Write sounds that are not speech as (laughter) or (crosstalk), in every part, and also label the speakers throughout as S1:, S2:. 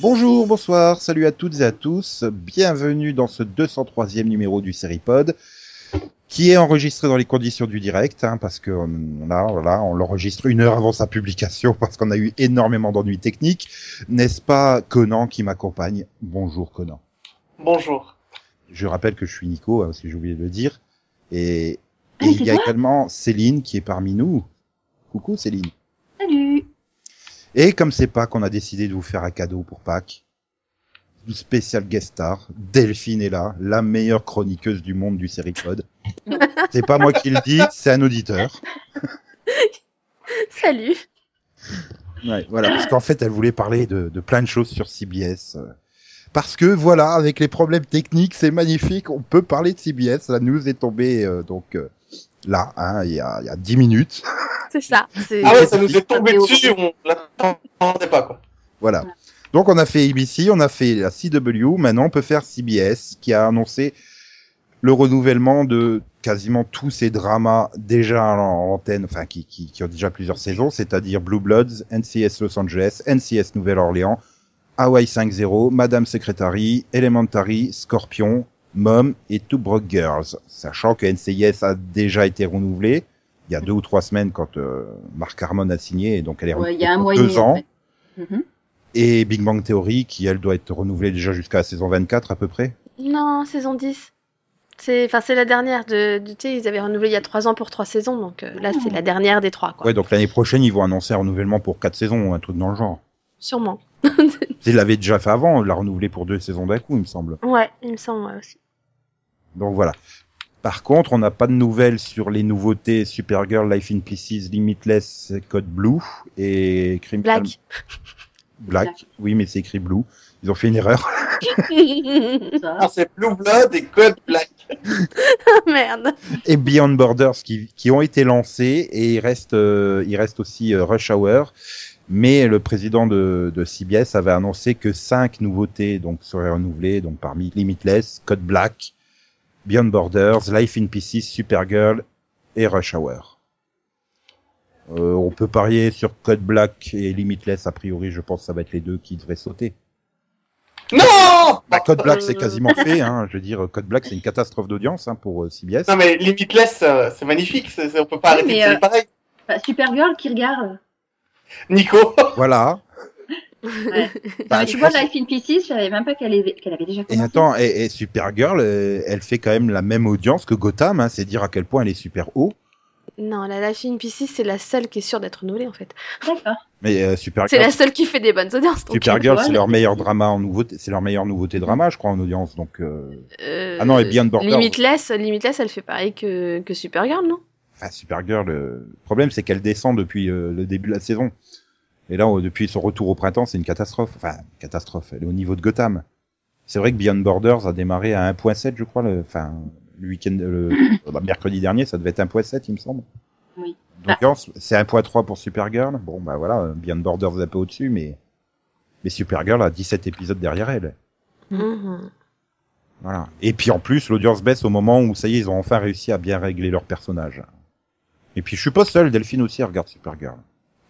S1: Bonjour, bonsoir, salut à toutes et à tous. Bienvenue dans ce 203e numéro du Seripod qui est enregistré dans les conditions du direct, hein, parce que on, on a- voilà, on l'enregistre une heure avant sa publication, (laughs) parce qu'on a eu énormément d'ennuis techniques, n'est-ce pas Conan qui m'accompagne Bonjour Conan.
S2: Bonjour.
S1: Je rappelle que je suis Nico, hein, parce que j'ai oublié de le dire, et, et il y a également Céline qui est parmi nous. Coucou Céline.
S3: Salut
S1: Et comme c'est Pâques, on a décidé de vous faire un cadeau pour Pâques. Une spéciale guest star. Delphine est là, la meilleure chroniqueuse du monde du série code. c'est pas moi qui le dis, c'est un auditeur.
S3: Salut
S1: Ouais, voilà, parce qu'en fait, elle voulait parler de, de plein de choses sur CBS. euh, Parce que voilà, avec les problèmes techniques, c'est magnifique, on peut parler de CBS. La news est tombée euh, donc euh, là, hein, il y a, il y a 10 minutes.
S3: C'est ça. C'est
S2: Ah ouais, ça nous est tombé
S3: Ah, mais
S2: dessus, on l'attendait pas quoi.
S1: Voilà. Donc on a fait ABC, on a fait la CW, maintenant on peut faire CBS qui a annoncé le renouvellement de quasiment tous ces dramas déjà en antenne, enfin qui, qui, qui ont déjà plusieurs saisons, c'est-à-dire Blue Bloods, NCS Los Angeles, NCS Nouvelle-Orléans, Hawaii 5-0, Madame Secretary, Elementary, Scorpion, Mom et Two Broke Girls. Sachant que NCIS a déjà été renouvelé il y a deux ou trois semaines quand euh, Mark Harmon a signé, et donc elle est
S3: Ouais,
S1: renouvelée
S3: il y a un
S1: pour
S3: mois et
S1: deux
S3: demi,
S1: ans
S3: en fait. Mhm.
S1: et Big Bang Theory qui elle doit être renouvelée déjà jusqu'à la saison 24 à peu près.
S3: Non, saison 10. C'est enfin c'est la dernière de, de- tu sais ils avaient renouvelé il y a trois ans pour trois saisons donc euh, là c'est la dernière des trois quoi.
S1: Ouais, donc l'année prochaine ils vont annoncer un renouvellement pour quatre saisons, un truc dans le genre.
S3: Sûrement.
S1: Ils l'avaient déjà fait avant, ils l'a renouvelé pour deux saisons d'un coup, il me semble.
S3: Ouais, il me semble ouais, aussi. (laughs)
S1: Donc voilà. Par contre, on n'a pas de nouvelles sur les nouveautés Supergirl, Life in Pieces, Limitless, Code Blue et Crim
S3: Black.
S1: Black. Oui, mais c'est écrit Blue. Ils ont fait une erreur.
S2: (laughs) Ah, c'est Blue Blood et Code Black.
S3: Merde.
S1: et Beyond Borders qui, qui ont été lancés et il reste euh, il reste aussi euh, Rush Hour mais le président de, de CBS avait annoncé que cinq nouveautés donc seraient renouvelées donc parmi Limitless, Code Black, Beyond Borders, Life in Pieces, Supergirl et Rush Hour. Euh, on peut parier sur Code Black et Limitless a priori je pense que ça va être les deux qui devraient sauter.
S2: Non
S1: Bah, Code Black c'est
S3: Euh.
S1: quasiment fait hein, je veux dire Code Black c'est une catastrophe d'audience hein, pour euh, CBS.
S2: Non mais Limitless, euh, c'est magnifique, c'est- c'est- on peut pas
S4: Oui,
S2: arrêter
S4: mais,
S2: de parler
S4: euh,
S2: pareil.
S4: Bah, Supergirl qui regarde.
S2: Nico, (laughs)
S1: Voilà.
S4: Ouais.
S1: Bah,
S4: Mais
S1: je
S4: tu vois,
S1: pense-
S4: Life in Pieces, je savais même pas qu'elle avait, qu'elle avait déjà
S1: Et
S4: commencé.
S1: attends, et, et Supergirl, euh, elle fait quand même la même audience que Gotham, hein, c'est dire à quel point elle est super haut.
S3: Non, la Life in Pieces c'est la seule qui est sûre d'être renouvelée en fait.
S4: D'accord.
S1: Mais euh,
S3: C'est
S1: Supergirl,
S3: la seule qui fait des bonnes audiences donc.
S1: Supergirl,
S4: Ouais,
S1: c'est
S4: mais-
S1: leur meilleur drama en nouveauté, c'est leur meilleure nouveauté drama, je crois, en audience. Donc, euh,
S3: euh,
S1: Ah non, et Beyond Borders.
S3: Limitless, Limitless elle fait pareil que que Supergirl, non
S1: enfin, Ah, Supergirl, euh, le problème c'est qu'elle descend depuis euh, le début de la saison. Et là, euh, depuis son retour au printemps, c'est une catastrophe. Enfin, une catastrophe. Elle est au niveau de Gotham. C'est vrai que Beyond Borders a démarré à 1.7, je crois. Le, enfin, le week-end, le bah, mercredi dernier, ça devait être 1.7, il me semble.
S4: Oui.
S1: Donc, en ce- c'est 1.3 pour Supergirl. Bon, bah voilà, euh, Beyond Borders un peu au-dessus, mais mais Supergirl a 17 épisodes derrière elle.
S4: Mhm.
S3: Mhm.
S1: Voilà. Et puis en plus, l'audience baisse au moment où ça y est, ils ont enfin réussi à bien régler leur personnage. Et puis je suis pas seul, Delphine aussi elle regarde Supergirl.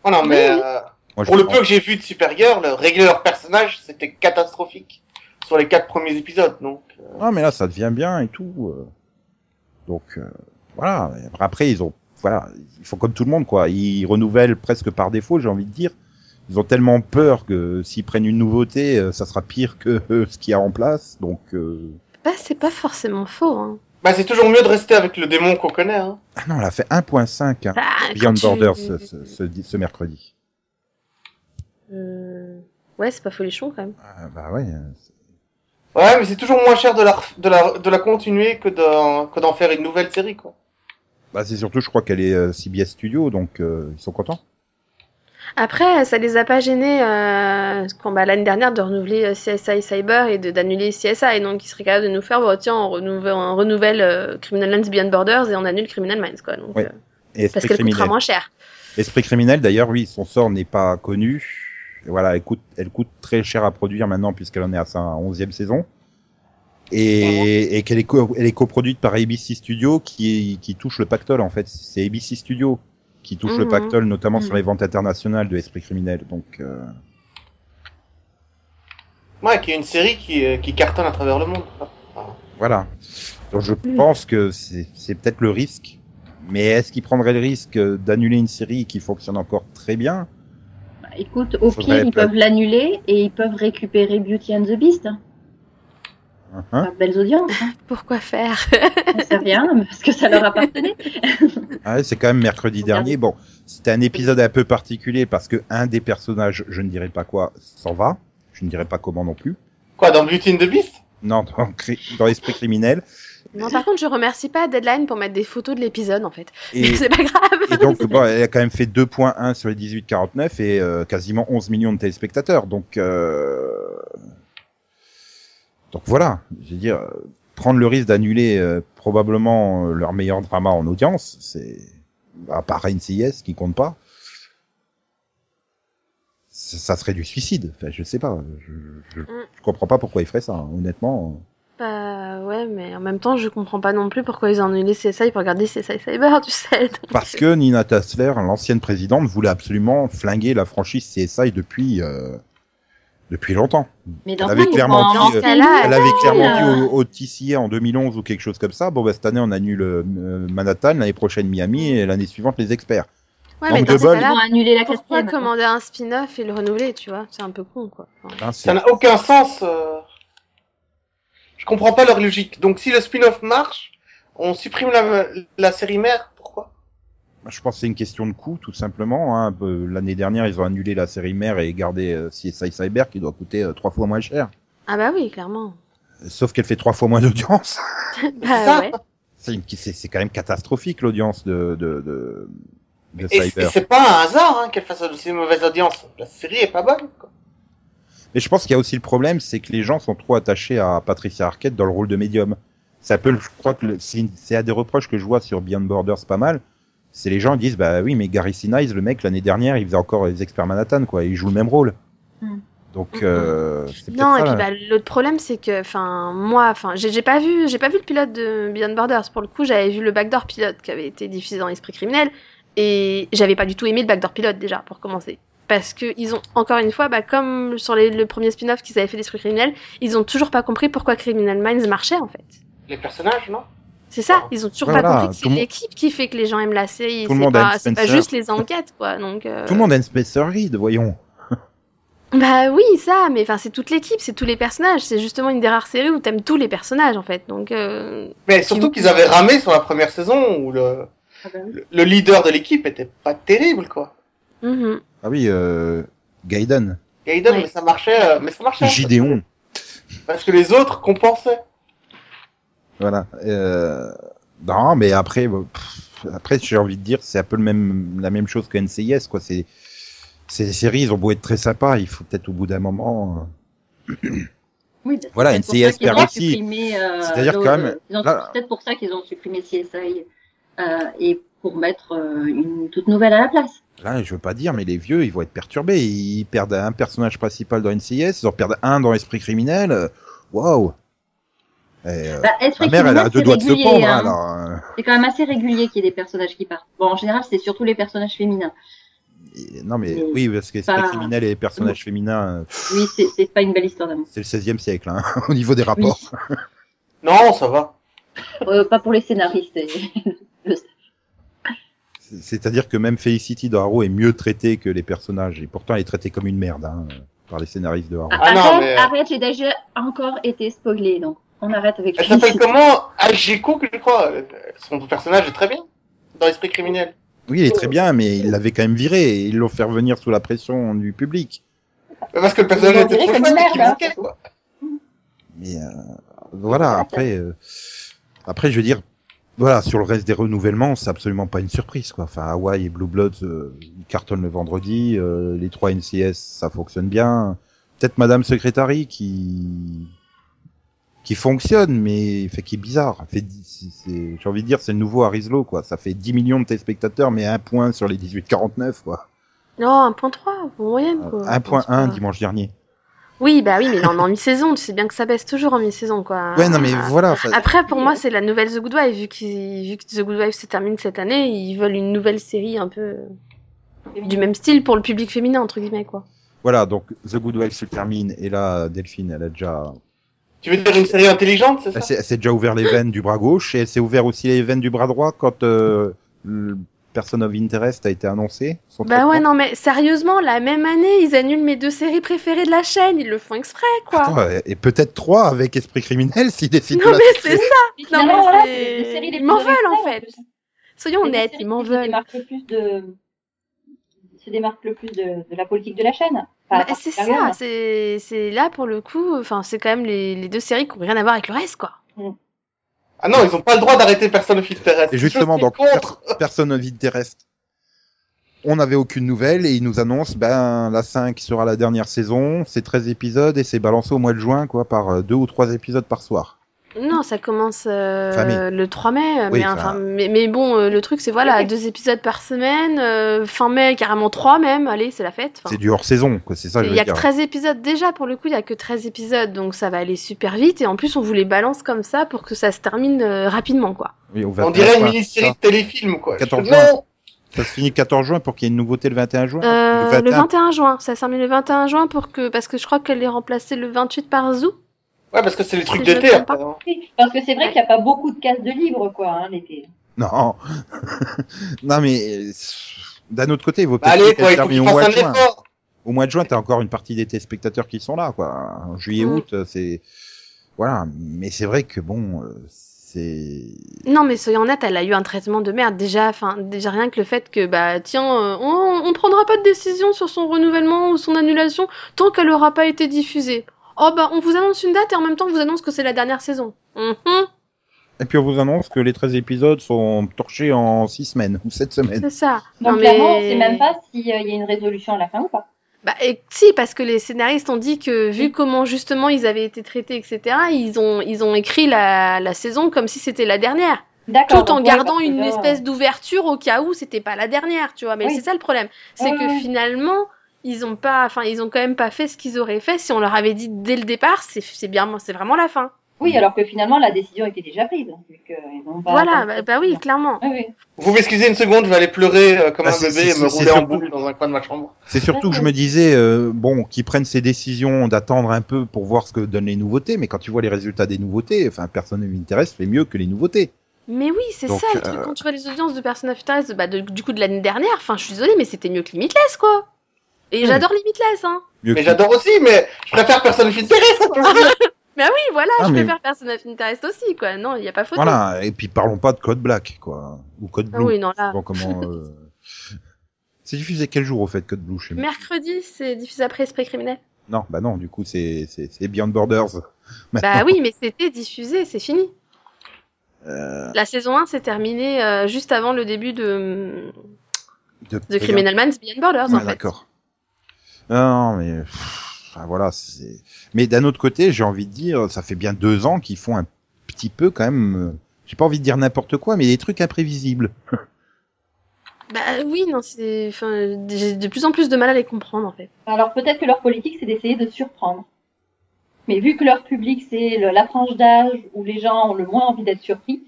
S2: oh, non mais euh,
S1: Moi, je
S2: pour le
S1: prends-
S2: peu que j'ai vu de Supergirl, régler leur personnage, c'était catastrophique sur les quatre premiers épisodes, donc. euh,
S1: Ah mais là ça devient bien et tout. euh. Donc euh, voilà. Après ils ont voilà, ils font comme tout le monde quoi. Ils renouvellent presque par défaut, j'ai envie de dire. Ils ont tellement peur que s'ils prennent une nouveauté, euh, ça sera pire que euh, ce qu'il y a en place. Donc euh,
S3: Bah c'est pas forcément faux hein.
S2: Bah c'est toujours mieux de rester avec le démon qu'on connaît. Hein.
S1: ah non, on a fait 1.5 hein,
S3: Ah, quand
S1: Beyond
S3: tu-
S1: Borders ce, ce- ce- ce mercredi.
S3: Euh, Ouais, c'est pas folichon quand même.
S1: Ah, bah ouais. euh,
S2: Ouais, mais c'est toujours moins cher de la, ref- de la, de la continuer que d'en que d'en faire une nouvelle série quoi.
S1: Bah c'est surtout, je crois qu'elle est euh, CBS Studio, donc euh, ils sont contents.
S3: Après, ça les a pas gênés euh, qu'on- bah, l'année dernière de renouveler euh, CSI Cyber et de- d'annuler CSI. Donc, ils seraient capables de nous faire bon, tiens, on renouvelle, on renouvelle euh, Criminal Minds Beyond Borders et on annule Criminal Minds. Quoi. Donc,
S1: Ouais.
S3: euh,
S1: Et
S3: parce
S1: esprit
S3: qu'elle coûtera
S1: criminel.
S3: moins cher.
S1: Esprit criminel, d'ailleurs, oui, son sort n'est pas connu. Et Voilà, elle coûte, elle coûte très cher à produire maintenant puisqu'elle en est à sa 11e saison. Et, et qu'elle est, co- elle est coproduite par ABC Studio qui, qui touche le pactole en fait. C'est ABC Studio qui touche le
S3: Mhm.
S1: pactole notamment sur
S4: Mhm.
S1: les ventes internationales de Esprit criminel. Donc euh,
S2: Ouais, qui est une série qui, euh, qui cartonne à travers le monde.
S1: Voilà. Donc je pense que c'est c'est peut-être le risque. Mais est-ce qu'il prendrait le risque euh, d'annuler une série qui fonctionne encore très bien
S4: Bah, écoute, au
S1: Faudrait
S4: pire, ils
S1: être-
S4: peuvent l'annuler et ils peuvent récupérer Beauty and the Beast. hein.
S1: Hein, hein
S4: Pas de belles audiences, hein.
S3: Pourquoi faire
S4: on sait rien, (laughs) mais parce que ça leur appartenait.
S1: Ouais, C'est quand même mercredi dernier. Bon, c'était un épisode un peu particulier parce que un des personnages, je ne dirais pas quoi, s'en va. Je ne dirais pas comment non plus.
S2: Quoi, dans Beauty and the Beast
S1: Non, (laughs) dans, cri- dans l'esprit criminel.
S3: (laughs) Non, par contre, je remercie pas Deadline pour mettre des photos de l'épisode en fait.
S1: Et,
S3: (laughs) C'est pas grave.
S1: et donc, bon, elle a quand même fait 2.1 sur les 18-49 et euh, quasiment 11 millions de téléspectateurs. Donc, euh, donc voilà, je veux dire, euh, prendre le risque d'annuler euh, probablement euh, leur meilleur drama en audience, c'est à part NCIS qui compte pas. Ça, ça serait du suicide. Enfin, je sais pas. Je, je, je comprends pas pourquoi ils feraient ça. hein, Honnêtement,
S3: Bah ouais, mais en même temps, je comprends pas non plus pourquoi ils ont annulé CSI pour regarder CSI Cyber, tu sais. donc,
S1: parce que Nina Tassler, l'ancienne présidente, voulait absolument flinguer la franchise CSI depuis euh, depuis longtemps.
S4: Mais
S1: Elle avait clairement
S4: ils vont en
S1: dit, euh,
S4: faire
S3: elle
S4: une
S1: Elle
S3: Ah,
S1: avait
S4: nouvelle.
S1: clairement dit au, au TCA en 2011 ou quelque chose comme ça. Bon, bah, cette année, on annule euh, Manhattan, l'année prochaine Miami et l'année suivante les experts.
S3: Ouais,
S1: Manque
S3: mais
S1: de
S3: dans ces
S1: bol.
S4: Ils vont
S3: cas-là,
S4: annuler la
S3: pourquoi
S4: quatrième.
S3: commander un spin-off et le renouveler, tu vois C'est un peu con, quoi. Enfin,
S1: Hein,
S2: Ça
S1: c'est-
S2: n'a aucun sens. euh. Je comprends pas leur logique. Donc si le spin-off marche, on supprime la, la série mère. Pourquoi
S1: je pense que c'est une question de coût, tout simplement. hein. Euh, L'année dernière, ils ont annulé la série mère et gardé euh, CSI Cyber qui doit coûter euh, trois fois moins cher.
S3: Ah bah oui, clairement.
S1: Sauf qu'elle fait trois fois moins d'audience. (laughs)
S3: Bah ouais.
S1: C'est une- c'est c'est quand même catastrophique l'audience de, de, de, de
S2: Et, et
S1: Cyber.
S2: c'est pas un hasard hein, qu'elle fasse aussi une mauvaise audience. La série est pas bonne. Quoi.
S1: Mais je pense qu'il y a aussi le problème, c'est que les gens sont trop attachés à Patricia Arquette dans le rôle de médium. Ça peut, le- je crois que le- c'est une- c'est à des reproches que je vois sur Beyond Borders pas mal. C'est les gens qui disent, bah oui, mais Gary Sinise, le mec, l'année dernière, il faisait encore les experts Manhattan, quoi. Il joue le même rôle.
S4: Mm.
S1: Donc, euh, c'est peut-être
S3: Hmm. Non, et
S1: ça,
S3: puis
S1: là.
S3: bah, l'autre problème, c'est que, enfin, moi, enfin, j'ai j'ai pas vu, j'ai pas vu le pilote de Beyond Borders. Pour le coup, j'avais vu le backdoor pilote qui avait été diffusé dans Esprit Criminel, et j'avais pas du tout aimé le backdoor pilote déjà pour commencer, parce que ils ont encore une fois, bah, comme sur les- le premier spin-off qu'ils avaient fait d'Esprit Criminel, ils ont toujours pas compris pourquoi Criminal Minds marchait en fait.
S2: Les personnages, non
S3: C'est ça, ils ont toujours
S1: Voilà,
S3: pas compris que c'est
S1: tout le monde-
S3: l'équipe qui fait que les gens aiment la série,
S1: Tout le
S3: c'est
S1: monde
S3: pas,
S1: aime
S3: c'est pas
S1: Spencer.
S3: juste les enquêtes quoi. Donc euh,
S1: Tout le monde a une Spencer Reed, voyons.
S3: Bah oui, ça, mais enfin c'est toute l'équipe, c'est tous les personnages, c'est justement une des rares séries où t'aimes tous les personnages en fait. Donc euh,
S2: Mais surtout qu'ils avaient ramé sur la première saison où le,
S4: Ah bah oui.
S2: le- le leader de l'équipe était pas terrible quoi.
S3: mhm.
S1: Ah oui, euh, Gaiden.
S2: Gaiden,
S3: Ouais.
S2: mais ça marchait, euh, mais ça marchait.
S1: Gideon.
S2: Parce que les autres compensaient.
S1: Voilà. Euh... Non, mais après, bon, pff, après j'ai envie de dire, c'est un peu le même, la même chose que NCIS, quoi. C'est, ces séries, ils ont beau être très sympas, il faut peut-être au bout d'un moment. euh,
S4: Oui, c'est
S1: Voilà,
S4: peut-être pour
S1: NCIS
S4: ça qu'ils ont
S1: perd aussi.
S4: supprimé, euh,
S1: C'est-à-dire
S4: le-
S1: quand même,
S4: ils ont-
S1: là-
S4: C'est peut-être pour ça qu'ils ont supprimé CSI euh, et pour mettre euh, une toute nouvelle à la place.
S1: Là, je veux pas dire, mais les vieux, ils vont être perturbés. Ils perdent un personnage principal dans NCIS, ils en perdent un dans Esprit criminel. euh, Waouh. Et, euh,
S4: Bah, être
S1: Ma mère, elle a
S4: criminel,
S1: deux
S4: c'est
S1: doigts de se
S4: régulier,
S1: pendre,
S4: hein.
S1: alors. euh,
S4: C'est quand même assez régulier qu'il y ait des personnages qui partent. Bon, en général, c'est surtout les personnages féminins.
S1: et- Non, mais
S4: Mais
S1: oui, parce que Esprit
S4: pas-
S1: criminel et les personnages féminins, euh,
S4: Oui, c'est- c'est pas une belle histoire d'amour.
S1: c'est le 16e siècle, hein, (laughs) au niveau des rapports.
S2: Non, ça va.
S4: Euh, pas pour les scénaristes.
S1: C'est- C'est-à-dire que même Felicity dans Arrow est mieux traitée que les personnages, et pourtant elle est traitée comme une merde hein, euh, par les scénaristes de Arrow.
S2: Ah non,
S4: arrête,
S2: mais-
S4: arrête, j'ai déjà encore été spoilé, donc on arrête avec
S2: Elle
S4: Felicity.
S2: s'appelle comment Ajiko, que je crois. Euh, Son personnage est très bien dans l'esprit criminel.
S1: Oui, il est très bien, mais ils l'avaient quand même viré, et ils l'ont fait revenir sous la pression du public.
S2: Mais Parce que le personnage
S4: On
S2: était
S4: dirait
S2: trop
S4: comme
S2: chouette et
S4: merde,
S2: qu'il
S4: hein.
S2: manquait quoi.
S1: Mais euh, voilà, après, euh, après je veux dire, voilà, sur le reste des renouvellements, c'est absolument pas une surprise quoi. Enfin, Hawaii et Blue Bloods euh, ils cartonnent le vendredi, euh, les trois NCS ça fonctionne bien. Peut-être Madame Secretary qui qui fonctionne, mais fait qui est bizarre. Fait dix- c'est- c'est- j'ai envie de dire c'est le nouveau Arislo quoi. Ça fait 10 millions de téléspectateurs, mais un point sur les 18-49 quoi.
S3: Non, 1.3, en moyenne quoi.
S1: Un point
S3: C'est
S1: un
S3: pas-
S1: dimanche dernier.
S3: Oui, bah oui, mais là on est en mi-saison, tu sais bien que ça baisse toujours en mi-saison quoi.
S1: Ouais non mais
S3: Ah.
S1: voilà. enfin,
S3: Après, pour moi, c'est la nouvelle The Good Wife. Vu, qu'ils- vu que The Good Wife se termine cette année, ils veulent une nouvelle série un peu euh, du même style pour le public féminin, entre guillemets, quoi.
S1: Voilà donc The Good Wife se termine et là Delphine elle a déjà
S2: Tu veux dire une série intelligente, c'est ça
S1: Elle s'est elle s'est déjà ouvert les veines du bras gauche et elle s'est ouvert aussi les veines du bras droit quand euh, le Person of Interest a été annoncé. son
S3: Bah ouais,
S1: traitement.
S3: non, mais sérieusement, la même année, ils annulent mes deux séries préférées de la chaîne. Ils le font exprès, quoi.
S1: Attends, et et peut-être trois avec Esprit Criminel s'ils décident de
S3: Non,
S1: la
S3: mais c'est ça.
S4: Mais
S3: Non,
S4: finalement,
S3: mais
S4: voilà,
S3: c'est-
S4: c'est les séries les
S3: ils
S4: plus
S3: m'en veulent, en fait.
S4: réussies, plus.
S3: Soyons
S4: C'est les
S3: honnêtes,
S4: séries
S3: ils m'en
S4: qui se
S3: veulent.
S4: démarquent le plus de se démarquent le plus de, de la politique de la chaîne. Enfin,
S3: Bah,
S4: à part
S3: c'est
S4: Supergirl.
S3: ça, c'est c'est là pour le coup, enfin, c'est quand même les, les deux séries qui ont rien à voir avec le reste, quoi.
S2: Ah non, ils ont pas le droit d'arrêter personne au fil terrestre.
S1: Et justement,
S2: Je
S1: donc,
S2: suis contre.
S1: per- Person of Interest, on n'avait aucune nouvelle et ils nous annoncent ben la 5 sera la dernière saison, c'est 13 épisodes et c'est balancé au mois de juin quoi par euh, deux ou trois épisodes par soir.
S3: Non, ça commence euh,
S1: Famille.
S3: le 3 mai. euh,
S1: Oui,
S3: mais,
S1: ça-
S3: enfin, mais, mais bon, euh, le truc, c'est voilà,
S4: Oui.
S3: deux épisodes par semaine, euh, fin mai, carrément trois même. Allez, c'est la fête. Enfin,
S1: C'est du hors saison quoi, c'est ça que je
S3: il y
S1: veux
S3: a que
S1: dire.
S3: 13 épisodes déjà, pour le coup, il y a que 13 épisodes, donc ça va aller super vite. Et en plus, on vous les balance comme ça pour que ça se termine euh, rapidement, quoi.
S1: Oui, au
S2: On
S1: 21
S2: dirait une
S1: juin,
S2: mini-série
S1: ça.
S2: de téléfilm, quoi.
S1: 14
S2: Je-
S1: juin.
S2: Non
S1: Ça se finit 14 juin pour qu'il y ait une nouveauté le 21 juin.
S3: Euh,
S1: Le
S3: le
S1: 21.
S3: 21 juin, ça se termine le 21 juin pour que, parce que je crois qu'elle est remplacée le 28 par Zoo.
S2: Ouais, parce que c'est les trucs
S3: Je
S2: d'été,
S3: comprends
S2: après, hein.
S4: Oui, Parce que c'est vrai qu'il n'y a pas beaucoup de cases de livres, quoi, hein, l'été.
S1: Non. (laughs) non, mais euh, d'un autre côté, il vaut
S2: Bah,
S1: peut-être
S2: allez,
S1: qu'elle
S2: quoi, il faut
S1: termine
S2: qu'ils
S1: au mois de
S2: fassent un
S1: juin.
S2: effort.
S1: Au mois de juin, t'as encore une partie des téléspectateurs qui sont là, quoi. En juillet,
S3: Mm.
S1: août, euh, c'est voilà. Mais c'est vrai que bon, euh, c'est
S3: Non, mais soyons honnêtes, elle a eu un traitement de merde. Déjà, enfin, déjà rien que le fait que, bah, tiens, euh, on, on prendra pas de décision sur son renouvellement ou son annulation tant qu'elle aura pas été diffusée. Oh, bah, on vous annonce une date et en même temps, on vous annonce que c'est la dernière saison. Mhm,
S1: Et puis on vous annonce que les 13 épisodes sont torchés en 6 semaines ou 7 semaines.
S3: c'est ça.
S4: Donc
S3: Non,
S4: clairement, on
S3: mais-
S4: sait même pas s'il y a une résolution à la fin ou pas.
S3: Bah, et, si, parce que les scénaristes ont dit que, vu
S4: Oui.
S3: comment justement ils avaient été traités, etc., ils ont, ils ont écrit la, la saison comme si c'était la dernière.
S4: D'accord.
S3: tout en
S4: donc, ouais,
S3: gardant
S4: parce que euh,
S3: une
S4: là,
S3: espèce d'ouverture au cas où c'était pas la dernière, tu vois. Mais
S4: Oui.
S3: c'est ça le problème, c'est
S4: Ouais,
S3: que
S4: ouais.
S3: finalement ils ont pas, enfin ils ont quand même pas fait ce qu'ils auraient fait si on leur avait dit dès le départ. C'est c'est bien, c'est vraiment la fin.
S4: Oui, alors que finalement, la décision était déjà prise. hein, vu que euh, ils n'ont pas-
S3: voilà, bah, bah oui, clairement.
S4: Oui, oui.
S2: Vous m'excusez une seconde, je vais aller pleurer euh, comme
S1: Bah,
S2: un
S1: c'est-
S2: bébé et
S1: c'est-
S2: me
S1: c'est
S2: rouler en
S1: surtout-
S2: boule dans un coin de ma chambre.
S1: C'est surtout que je me disais euh, bon, qu'ils prennent ces décisions d'attendre un peu pour voir ce que donnent les nouveautés. Mais quand tu vois les résultats des nouveautés, enfin personne ne m'intéresse fait mieux que les nouveautés.
S3: Mais oui, c'est
S1: Donc,
S3: ça le truc.
S1: euh,
S3: Quand tu vois les audiences de Person of Interest, bah, de- du coup de l'année dernière, enfin je suis désolée, mais c'était mieux que Limitless quoi. Et
S1: Oui.
S3: j'adore Limitless, hein.
S1: Mieux
S2: Mais
S1: que-
S2: j'adore aussi, mais je préfère personne filtré, ça, tu vois.
S3: Bah oui, voilà,
S1: Ah,
S3: je
S1: mais-
S3: préfère Person of Interest aussi quoi. Non, il y a pas photo.
S1: Voilà, et puis parlons pas de code black, quoi. Ou code
S3: Ah
S1: blue.
S3: oui, non là.
S1: Bon, comment, euh... (laughs) c'est diffusé quel jour, au fait, code blue chez moi
S3: Mercredi, c'est diffusé après Esprit criminel.
S1: Non, bah non, du coup, c'est, c'est, c'est Beyond Borders.
S3: Bah oui, mais c'était diffusé, c'est fini.
S1: Euh,
S3: La saison 1 s'est terminée euh, juste avant le début de,
S1: de,
S3: de Criminal Minds Beyond Borders,
S2: Ah,
S1: Ouais,
S3: en fait.
S1: d'accord. Non, mais, pff, enfin, voilà, c'est, mais d'un autre côté, j'ai envie de dire, ça fait bien deux ans qu'ils font un petit peu, quand même, euh, j'ai pas envie de dire n'importe quoi, mais des trucs imprévisibles.
S3: Bah oui, non, c'est. Enfin, j'ai de plus en plus de mal à les comprendre, en fait.
S4: Alors peut-être que leur politique, c'est d'essayer de surprendre. Mais vu que leur public, c'est le- la tranche d'âge où les gens ont le moins envie d'être surpris,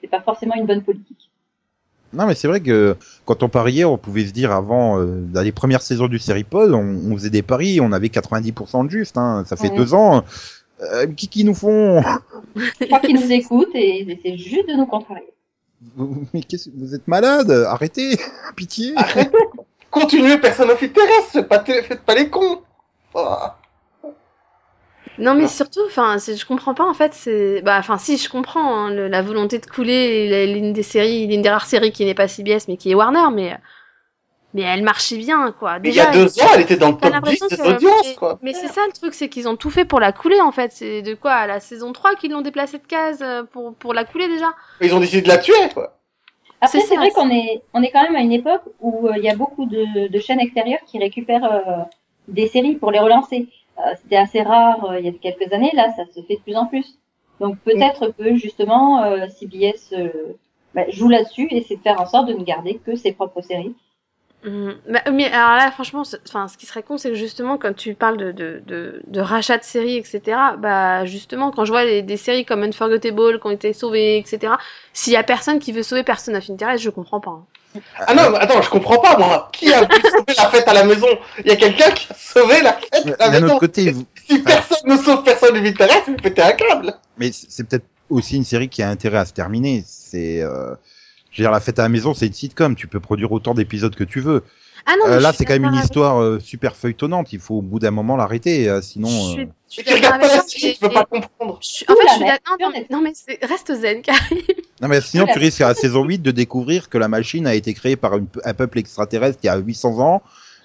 S4: c'est pas forcément une bonne politique.
S1: Non, mais c'est vrai que quand on pariait, on pouvait se dire avant, euh, dans les premières saisons du Seripod, on, on faisait des paris, on avait 90% de juste. Hein, ça fait
S4: Ouais.
S1: deux ans. Euh, qui qui nous font
S4: Je crois qu'ils
S3: (laughs)
S4: nous écoutent et ils essaient juste de nous contrarier.
S1: Vous- Mais qu'est-ce que vous êtes malade Arrêtez (laughs) Pitié
S3: Ah,
S2: Arrêtez, quoi. Continuez, personne ne terrestre, faites pas, t- faites pas les cons. Ah.
S3: Non, mais
S2: Ah.
S3: surtout, enfin, c'est- je comprends pas, en fait, c'est. Bah, enfin, si, je comprends hein, le- la volonté de couler la- l'une des séries, l'une des rares séries qui n'est pas CBS, mais qui est Warner, mais. euh, mais elle marchait bien, quoi.
S2: Mais il y a
S3: Déjà,
S2: deux ans, elle était dans le top
S3: T'as
S2: 10
S3: l'impression
S2: des
S3: que
S2: audiences, quoi.
S3: Mais c'est ça le truc, c'est qu'ils ont tout fait pour la couler en fait. C'est de quoi à la saison 3 qu'ils l'ont déplacée de case euh, pour, pour la couler déjà.
S2: Ils ont décidé de la tuer, quoi.
S3: C'est
S4: Après, c'est
S3: ça,
S4: vrai
S3: c'est-
S4: qu'on est, on est quand même à une époque où euh, il y a beaucoup de, de chaînes extérieures qui récupèrent euh, des séries pour les relancer. Euh, C'était assez rare euh, il y a quelques années, là, ça se fait de plus en plus. Donc peut-être que justement, euh, CBS euh, bah, joue là-dessus et c'est de faire en sorte de ne garder que ses propres séries.
S3: Mhm. Bah, mais alors là, franchement, c'est- enfin, ce qui serait con, c'est que justement, quand tu parles de, de, de, de rachat de séries, etc., bah justement, quand je vois les- des séries comme Unforgettable qui ont été sauvées, etc., s'il y a personne qui veut sauver personne à Interest, je comprends pas. hein.
S2: Ah non, mais attends, je comprends pas, moi. Qui a voulu sauver la fête à la maison Il y a quelqu'un qui a sauvé la fête
S1: Mais
S2: à la
S1: D'un
S2: maison.
S1: autre côté, vous-
S2: Si personne ne sauve personne du Pinterest, vous pétez un câble.
S1: mais c'est c'est peut-être aussi une série qui a intérêt à se terminer. C'est, euh, je veux dire, la fête à la maison, c'est une sitcom. Tu peux produire autant d'épisodes que tu veux.
S3: Ah non,
S1: Euh,
S3: mais je
S1: là,
S3: suis
S1: c'est quand même
S3: d'accord
S1: une
S3: avec-
S1: histoire euh, super feuilletonnante. Il faut au bout d'un moment l'arrêter, euh, sinon.
S3: Je
S1: euh,
S3: suis- je suis
S2: Tu regardes
S3: d'accord
S2: pas la
S3: avec toi,
S2: série,
S3: et-
S2: tu peux pas
S3: et-
S2: comprendre.
S3: je suis- En fait,
S4: Oula,
S3: je suis
S4: mais-
S3: d'accord. Non, mais- Non, mais c'est- reste zen, Karine.
S1: Non, mais sinon,
S4: Voilà.
S1: tu risques à la saison 8 de découvrir que la machine a été créée par une- un peuple extraterrestre il y a 800 ans.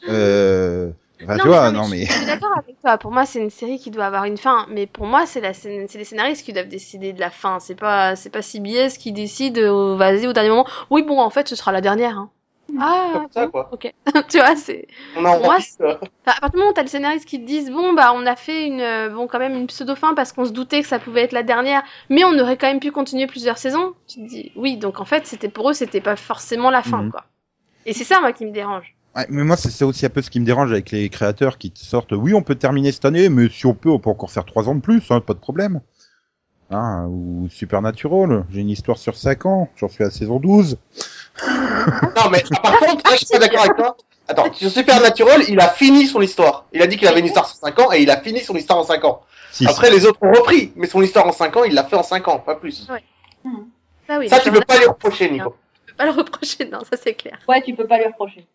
S1: Euh... Enfin,
S3: Non,
S1: tu
S3: mais
S1: vois,
S3: non,
S1: non,
S3: mais
S1: mais.
S3: Je suis d'accord avec toi. Pour moi, c'est une série qui doit avoir une fin. Mais pour moi, c'est la scén- c'est les scénaristes qui doivent décider de la fin. C'est pas c'est pas CBS qui décide. euh, Vas-y au dernier moment. Oui, bon, en fait, ce sera la dernière. hein. (laughs) Ah,
S2: Comme ça,
S3: bon,
S2: quoi.
S3: ok. tu vois, c'est.
S2: On a
S3: Moi,
S2: envie. quoi.
S3: Enfin, à partir du moment où t'as les scénaristes qui te disent bon bah on a fait une euh, bon quand même une pseudo fin parce qu'on se doutait que ça pouvait être la dernière, mais on aurait quand même pu continuer plusieurs saisons. Tu te dis oui, donc en fait c'était pour eux c'était pas forcément la fin
S1: Mhm.
S3: quoi. Et c'est ça moi qui me dérange.
S1: Ouais, mais moi, c'est c'est aussi un peu ce qui me dérange avec les créateurs qui te sortent. Oui, on peut terminer cette année, mais si on peut, on peut encore faire trois ans de plus, hein, pas de problème. Hein, ou Supernatural, j'ai une histoire sur cinq ans, j'en suis à la saison 12.
S2: Non, mais ah, par contre, là, je suis pas d'accord avec toi. Attends, sur Supernatural, il a fini son histoire. Il a dit qu'il avait une histoire sur 5 ans et il a fini son histoire en 5 ans.
S1: Si,
S2: Après, les autres ont repris, mais son histoire en 5 ans, il l'a fait en 5 ans, pas plus.
S3: Ça oui.
S2: Ça, tu
S3: on
S2: peux pas lui reprocher, Nico.
S3: peut pas le reprocher non ça c'est clair.
S4: Ouais, tu peux pas lui reprocher.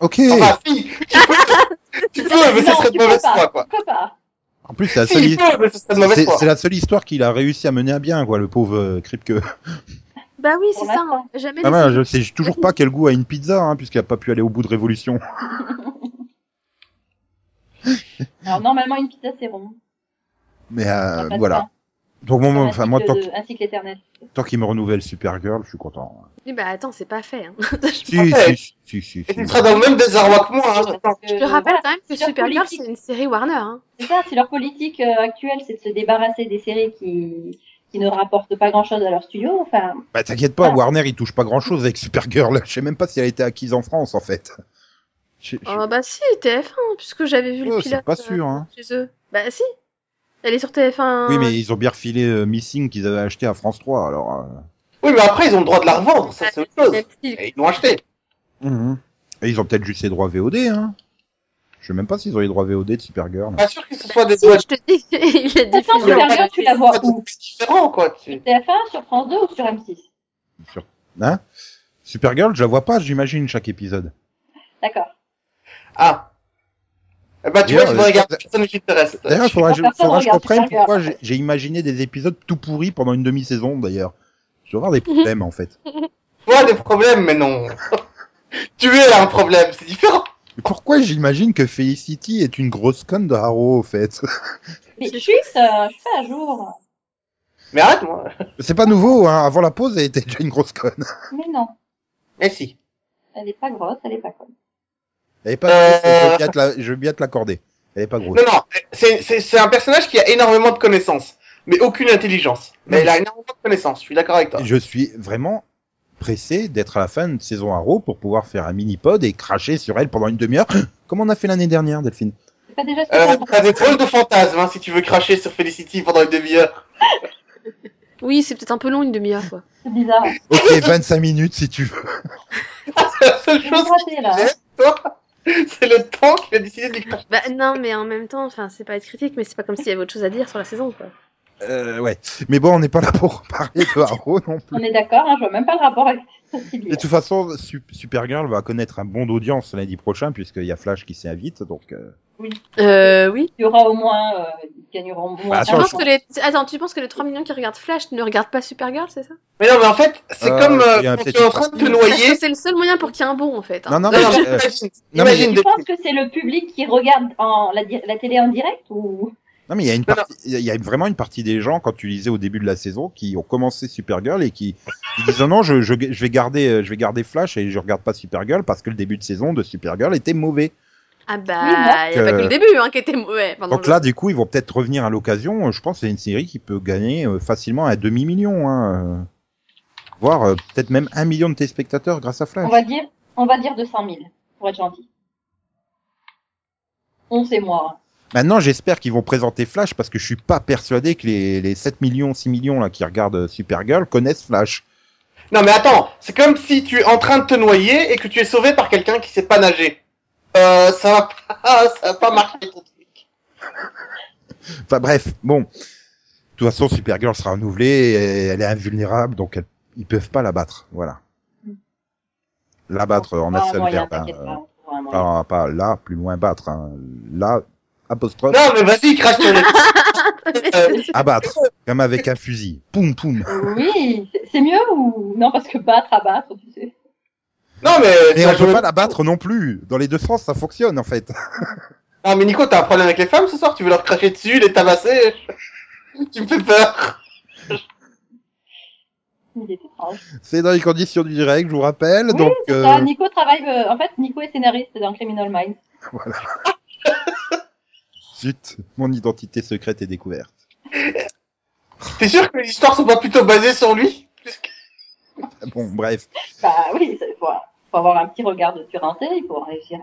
S1: ok,
S2: Enfin, si, tu peux, tu peux mais ce
S4: Non,
S2: serait
S4: tu
S2: de
S4: peux
S2: mauvaise
S4: pas.
S2: foi, quoi.
S4: Tu peux pas.
S1: en plus, c'est la
S2: Si,
S1: seule,
S2: il
S1: hi-
S2: peut, mais ce serait de mauvaise
S1: c'est-
S2: foi.
S1: c'est la seule histoire qu'il a réussi à mener à bien, quoi, le pauvre euh, Kripke.
S3: Bah oui,
S4: Pour
S3: c'est ça.
S4: l'instant.
S3: hein. Jamais.
S1: Ah
S3: les-
S1: ben, je sais toujours pas quel goût a une pizza, hein, puisqu'il a pas pu aller au bout de Révolution.
S4: Alors normalement, une pizza, c'est rond.
S1: Mais
S4: Ça
S1: euh,
S4: passe
S1: voilà.
S4: pas.
S1: Donc bon,
S4: Dans
S1: moi,
S4: un
S1: enfin moi,
S4: cycle
S1: tant,
S4: de- Un cycle éternel.
S1: tant qu'il me renouvelle Supergirl, je suis content.
S3: Oui, bah attends, c'est pas fait. hein.
S4: Euh,
S1: Si,
S2: Ouais.
S1: si, si, si,
S2: Et tu
S1: si.
S2: seras dans le même désarroi que moi, hein. Attends,
S3: Je te rappelle quand même que
S4: leur
S3: Supergirl,
S4: politique.
S3: c'est une série Warner. Hein.
S4: C'est ça, c'est leur politique euh, actuelle, c'est de se débarrasser des séries qui, qui ne rapportent pas grand-chose à leur studio. Enfin,
S1: Bah t'inquiète pas, Warner il touche pas grand chose avec Supergirl. (laughs) Je sais même pas si elle a été acquise en France en fait. Je- je-
S3: Oh, bah si, TF1, puisque j'avais vu
S1: Oh,
S3: le
S1: c'est
S3: pilote
S1: pas
S3: euh,
S1: sûr, hein.
S3: chez eux. Bah si. Elle est sur TF1.
S1: Oui mais ils ont bien refilé euh, Missing qu'ils avaient acheté à France 3 alors. euh,
S2: Oui, mais après, ils ont le droit de la revendre, ça, c'est autre chose.
S3: Même si-
S2: Et ils l'ont acheté.
S1: mhm. Et ils ont peut-être juste les droits VOD hein. Je sais même pas s'ils ont les droits VOD de Supergirl.
S2: Pas sûr que ce soit des
S3: Si,
S2: doigts
S3: je te dis, (laughs) il est
S4: Attends,
S3: diffusé.
S2: Supergirl,
S3: en-
S4: tu la vois où
S2: différents, quoi. Tu-
S4: TF1 sur France 2 ou sur M6
S1: Hein Supergirl, je la vois pas, j'imagine chaque épisode.
S4: D'accord.
S2: Ah. Eh bah, tu vois,
S1: D'ailleurs,
S2: tu vas
S1: euh,
S2: regarder, personne ne t'intéresse.
S1: D'ailleurs, faudra,
S4: personne
S1: faudra que je
S4: regarde
S1: comprenne
S4: Supergirl.
S1: pourquoi j'ai j'ai imaginé des épisodes tout pourris pendant une demi-saison d'ailleurs. Je vais avoir des
S4: Mhm.
S1: problèmes en fait.
S2: Tu as des problèmes, mais non. (laughs) tu es un problème, c'est différent.
S1: Mais Pourquoi j'imagine que Felicity est une grosse conne de Harrow au fait (laughs)
S4: Mais je suis, euh, je suis pas à jour.
S2: Mais arrête, moi.
S1: C'est pas nouveau, hein. avant la pause, elle était déjà une grosse conne.
S4: Mais non,
S2: Mais si.
S4: elle est pas grosse, elle est pas conne.
S1: Elle est pas grosse,
S2: Euh.
S1: je veux bien te la- je veux bien te l'accorder. Elle est pas grosse.
S4: Euh.
S2: Non, non, c'est- c'est c'est un personnage qui a énormément de connaissances, mais aucune intelligence. Mais il a énormément de connaissances, je suis d'accord avec toi.
S1: Je suis vraiment pressé d'être à la fin de saison Arrow pour pouvoir faire un mini-pod et cracher sur elle pendant une demi-heure, (gasps) comme on a fait l'année dernière, Delphine.
S4: C'est pas déjà ce que
S2: Euh,
S4: t'as-
S2: T'as des drôles de fantasmes, hein, si tu veux cracher sur Felicity pendant une demi-heure. (laughs)
S3: Oui, c'est peut-être un peu long, une demi-heure, quoi.
S4: c'est bizarre.
S1: Ok,
S4: (laughs)
S1: 25 minutes si tu veux.
S2: C'est la seule
S4: Je vais
S2: chose
S4: rater là. hein.
S2: qui toi. (laughs) C'est le temps qu'il a décidé de lui cracher.
S3: Bah non, mais en même temps, enfin, c'est pas être critique, mais c'est pas comme s'il y avait autre chose à dire sur la saison, quoi.
S1: Euh, ouais. Mais bon, on n'est pas là pour (laughs) parler de Arrow non plus.
S4: On est d'accord, hein, je vois même pas le rapport avec
S1: Et de toute façon, Sup- Supergirl va connaître un bon d'audience lundi prochain, puisqu'il y a Flash qui s'invite, donc... euh,
S3: Euh, oui.
S4: Il y aura au moins, euh, ils gagneront au moins.
S1: Bah,
S3: Tu
S1: Attends,
S3: penses
S1: je-
S3: que les... Attends, tu penses que les 3 millions qui regardent Flash ne regardent pas Supergirl, c'est ça
S2: Mais non, mais en fait, c'est
S1: Euh,
S2: comme
S1: il y a
S2: euh,
S1: un
S2: quand
S1: petit
S2: tu es en train
S1: (laughs)
S2: de te
S1: parti.
S3: Parce que
S2: noyer.
S3: c'est le seul moyen pour qu'il y ait un bon, en fait. hein.
S1: Non, non,
S2: Non,
S1: mais...
S2: non,
S1: euh,
S2: imagine,
S1: non, mais-
S2: imagine
S4: Tu
S2: des-
S4: penses que c'est le public qui regarde en, la, di- la télé en direct ou
S1: Non, mais il y a une
S2: Non,
S1: partie, il y a vraiment une partie des gens, quand tu lisais au début de la saison, qui ont commencé Supergirl et qui, qui disent, non, non, je, je, je vais garder, euh, je vais garder Flash et je regarde pas Supergirl parce que le début de saison de Supergirl était mauvais.
S3: Ah
S4: Oui,
S3: bah, il n'y a pas que
S1: euh,
S3: le début hein, qui était mauvais.
S2: Ah,
S3: Pardon,
S1: Donc là, du coup, ils vont peut-être revenir à l'occasion. Euh, Je pense que c'est une série qui peut gagner euh, facilement un demi-million, hein, euh, voire euh, peut-être même un million de téléspectateurs grâce à
S4: on
S1: Flash.
S4: va dire, on va dire 200 000 pour être gentil. On sait moi.
S1: Maintenant, j'espère qu'ils vont présenter Flash parce que je suis pas persuadé que les, les 7 millions, 6 millions là qui regardent euh, Supergirl connaissent Flash.
S2: Non, mais attends, c'est comme si tu es en train de te noyer et que tu es sauvé par quelqu'un qui sait pas nager. Euh, ça va pas, (laughs) ça va pas marcher ton truc.
S1: Enfin bref, bon. De toute façon, Supergirl sera renouvelée, et elle est invulnérable, donc elle- ils peuvent pas la battre. Voilà.
S4: Mm.
S1: La battre en un
S4: Ah,
S1: seul
S4: moyen,
S1: verbe. hein,
S4: t'inquiète
S1: euh,
S4: pas, on trouvera un moyen.
S1: Pas, pas là, plus loin battre. Hein. Là, apostrophe,
S2: Non, mais vas-y, crache
S1: (laughs)
S2: ton nez. Euh,
S1: abattre. Comme avec un fusil. Poum
S4: (laughs)
S1: poum.
S4: Oui, c'est- c'est mieux ou non parce que battre, abattre, tu sais.
S2: Non, mais.
S1: Et
S2: tu as
S1: on peut
S2: joué-
S1: pas la battre non plus. Dans les deux sens, ça fonctionne en fait.
S2: Ah, mais Nico, t'as un problème avec les femmes ce soir Tu veux leur cracher dessus, les tabasser (laughs) Tu me fais peur.
S4: Il est étrange.
S1: C'est dans les conditions du direct, je vous rappelle.
S4: Oui,
S1: (laughs) donc,
S4: c'est
S1: euh,
S4: ça, Nico travaille. euh, en fait, Nico est scénariste dans Criminal Minds.
S1: zut, mon identité secrète est découverte.
S2: T'es sûr que les histoires sont pas plutôt basées sur lui Plus que-
S1: Bon, bref.
S4: Bah oui, il faut, faut avoir un petit regard de puranté pour réussir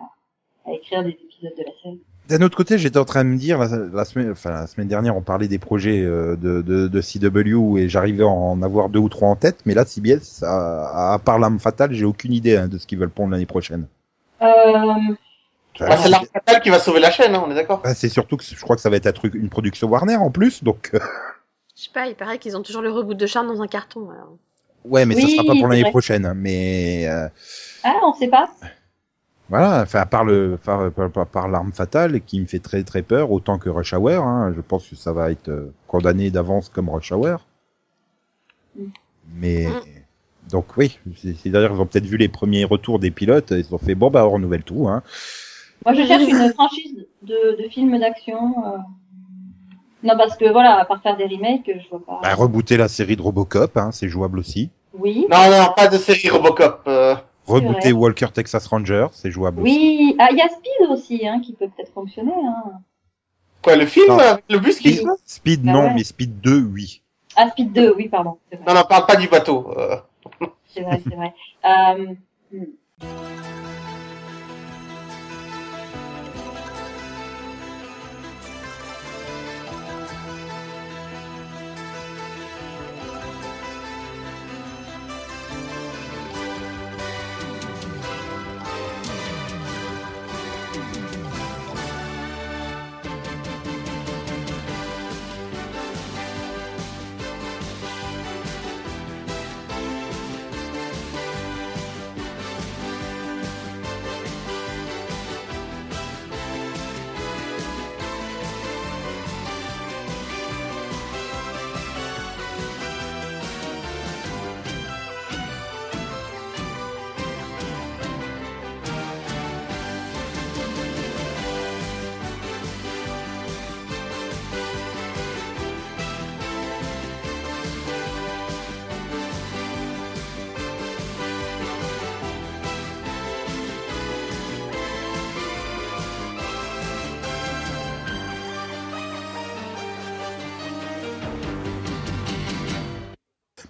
S4: à, à écrire des épisodes de la série.
S1: D'un autre côté, j'étais en train de me dire, la, la semaine, enfin, la semaine dernière, on parlait des projets euh, de, de, de CW et j'arrivais à en avoir deux ou trois en tête, mais là, CBS, à, à part l'âme fatale, j'ai aucune idée hein, de ce qu'ils veulent pondre l'année prochaine.
S4: Euh,
S2: Bah, c'est l'arme fatale qui va sauver la chaîne, hein, on est d'accord
S1: Bah, c'est surtout que je crois que ça va être un truc, une production Warner en plus, donc euh,
S3: Je sais pas, il paraît qu'ils ont toujours le reboot de Charles dans un carton. alors.
S1: ouais, mais ça
S4: Oui,
S1: sera pas
S4: c'est
S1: pour l'année
S4: vrai.
S1: prochaine. hein, Mais euh,
S4: ah, on sait pas.
S1: voilà, enfin, à part le, par, par, par- par l'arme fatale qui me fait très très peur, autant que Rush Hour. hein, je pense que ça va être euh, condamné d'avance comme Rush Hour.
S4: Mm.
S1: Mais
S3: Mm.
S1: donc oui, c'est- c'est-à-dire qu'ils ont peut-être vu les premiers retours des pilotes, ils se sont fait bon bah on renouvelle tout. Hein.
S4: Moi, je cherche une franchise de, de films d'action. euh. Non, parce que voilà, à part faire des remakes, je vois pas.
S1: Bah, rebooter la série de Robocop, hein, c'est jouable aussi.
S4: oui.
S2: Non, non, pas de série Robocop. euh.
S1: Rebooter Walker Texas Ranger, c'est jouable. aussi.
S4: Oui. Ah, il y a Speed aussi, hein, qui peut peut-être fonctionner. Hein.
S2: Quoi, le film
S1: Non.
S2: euh, Le bus qui se
S1: Speed, Speed,
S4: Ah
S1: non,
S4: ouais.
S1: mais Speed 2 oui.
S4: Ah, Speed 2, oui, pardon. C'est vrai,
S2: Non, non, parle pas du bateau. euh.
S4: c'est vrai.
S2: (laughs)
S4: c'est vrai.
S2: Ah.
S4: Euh, hmm.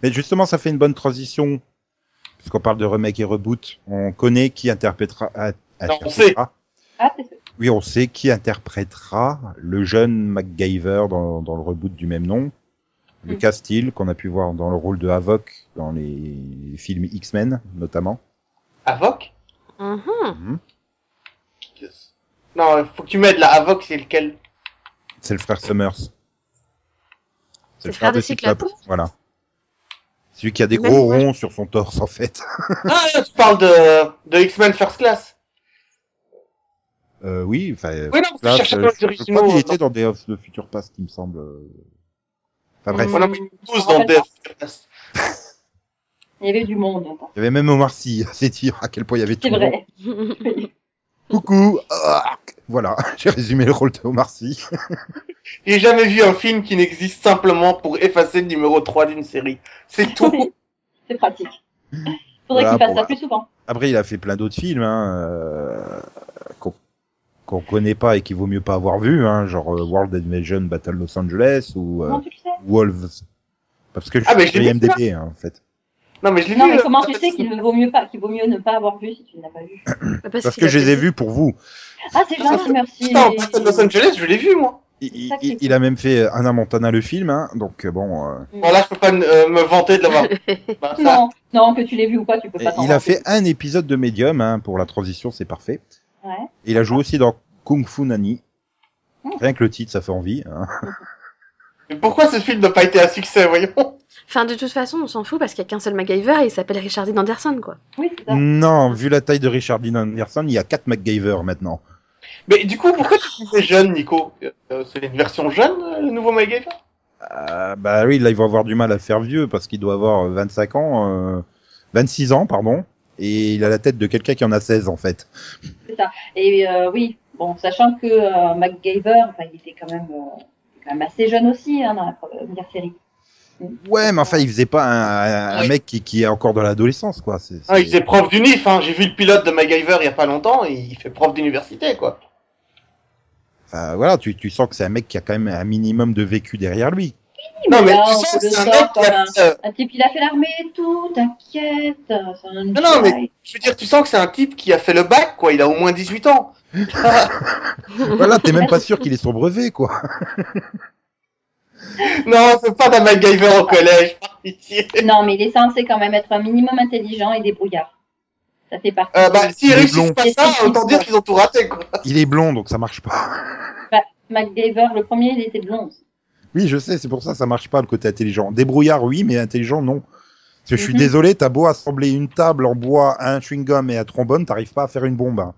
S1: Mais justement, ça fait une bonne transition, puisqu'on parle de remake et reboot. On connaît qui interprétera. a-
S2: on
S1: interprétera-
S4: Ah, c'est c'est
S1: Oui, on sait qui interprétera le jeune MacGyver dans, dans le reboot du même nom.
S4: Mm.
S1: Lucas Steele, qu'on a pu voir dans le rôle de Havoc dans les films X-Men, notamment.
S2: Avoc
S3: Mhm.
S1: (laughs)
S2: Non, faut que tu m'aides là. Avoc, c'est lequel
S1: C'est le frère Summers. C'est le frère de Cyclope.
S3: Cyclope.
S1: Voilà. Celui qui a des
S3: Même
S1: gros
S3: moi, je-
S1: ronds sur son torse, en fait.
S2: Ah, tu parles de, de X-Men First Class.
S1: Euh, oui, enfin.
S2: Oui, non, parce que je
S1: Là,
S2: cherchais
S1: je,
S2: pas les
S1: je crois
S2: originaux.
S1: qu'il
S2: euh,
S1: était dans Day of the Future Past, il me semble. Enfin bref,
S3: Mm.
S2: Voilà, mais Bah, tous dans Death. Class.
S4: Il y avait du monde. attends.
S1: il y avait même Omar Sy, (laughs) c'est dire à quel point il y avait tout.
S4: C'est
S1: le monde.
S4: vrai.
S3: Mhm. (laughs)
S1: Coucou Ah Voilà, (laughs) j'ai résumé le rôle de Omar Sy.
S2: J'ai jamais vu un film qui n'existe simplement pour effacer le numéro 3 d'une série. C'est tout.
S4: (laughs)
S2: (laughs)
S4: C'est pratique. Faudrait
S1: Voilà,
S4: qu'il fasse
S1: bon,
S4: ça
S1: bah.
S4: plus souvent.
S1: Après, il a fait plein d'autres films hein, euh, qu'on qu'on connaît pas et qu'il vaut mieux pas avoir vu, hein, genre euh, World Invasion Battle Los Angeles ou euh,
S4: Comment tu le sais
S1: Wolves. Parce que je
S2: Ah, mais
S1: suis
S2: je
S1: sur
S2: l'ai vu,
S1: IMDb hein, en fait.
S2: Non, mais je l'ai
S4: Non,
S2: vu. euh,
S4: mais
S2: là.
S4: comment tu sais qu'il vaut mieux pas, qu'il vaut mieux ne pas avoir vu si tu ne l'as pas vu
S3: Bah,
S1: Parce que je les ai vus pour vous.
S4: Ah, c'est gentil, merci.
S2: Putain, en plus, de Los Angeles, je l'ai vu, moi.
S1: Il,
S4: ça
S1: il-
S4: qui est
S1: il a même fait euh, Anna Montana le film, hein, donc euh, bon. euh,
S2: Bon, là, je peux pas euh, me vanter de l'avoir.
S4: (laughs)
S2: Bah, ça,
S4: Non, non, que tu l'aies vu ou pas, tu peux
S1: et
S4: pas t'en
S1: il a
S4: vanter.
S1: fait un épisode de Medium hein, pour la transition, c'est parfait.
S4: Ouais.
S1: Et il a joué aussi dans Kung Fu Nani.
S4: Mmh.
S1: Rien que le titre, ça fait envie. hein.
S2: Mais pourquoi ce film n'a pas été un succès, voyons
S3: Enfin, de toute façon, on s'en fout parce qu'il y a qu'un seul MacGyver et il s'appelle Richard D. Anderson, quoi.
S4: Oui, c'est ça.
S1: Mm. Non, vu la taille de Richard Dean Anderson, il y a quatre MacGyver maintenant.
S2: Mais du coup, pourquoi tu disais jeune, Nico Euh, C'est une version jeune, euh, le nouveau MacGyver
S1: Euh, bah oui, là, ils vont avoir du mal à le faire vieux parce qu'il doit avoir euh, 25 ans, euh, 26 ans, pardon. Et il a la tête de quelqu'un qui en a 16 en fait.
S4: Et euh, oui, bon, sachant que euh, MacGyver, enfin, il était quand même, euh, quand même assez jeune aussi hein, dans la première série.
S1: Ouais, mais enfin, il faisait pas un, un
S2: Oui.
S1: mec qui, qui est encore dans l'adolescence, quoi. C'est,
S2: ah, Il
S1: c'est-
S2: faisait prof d'unif, hein. j'ai vu le pilote de MacGyver il y a pas longtemps, et il fait prof d'université, quoi.
S1: enfin, voilà, tu, tu sens que c'est un mec qui a quand même un minimum de vécu derrière lui.
S2: Non, mais
S4: là,
S2: tu
S4: on
S2: sens
S4: peut
S2: que
S4: le
S2: c'est un
S4: sortir
S2: mec qui a...
S4: comme
S2: euh,
S4: Un type, il a fait l'armée et tout, t'inquiète. euh, c'est un
S2: Non, non, mais-
S4: Jedi.
S2: Je veux dire, tu sens que c'est un type qui a fait le bac, quoi, il a au moins 18 ans.
S1: voilà, t'es même pas sûr qu'il est son brevet, quoi.
S2: Non, c'est pas d'un MacGyver au collège, par pitié.
S4: Non, mais il est censé quand même être un minimum intelligent et débrouillard. Ça fait partie.
S2: Euh, bah, s'ils
S1: Les
S2: réussissent pas
S4: blonds.
S2: ça, autant dire qu'ils ont tout raté, quoi.
S1: Il est blond, donc ça marche pas.
S4: MacGyver, le premier, il était blond.
S1: Oui, je sais, c'est pour ça que ça marche pas le côté intelligent. Débrouillard, oui, mais intelligent, non. Parce que je suis
S4: Mhm.
S1: désolé, t'as beau assembler une table en bois, un chewing-gum et un trombone, t'arrives pas à faire une bombe. hein.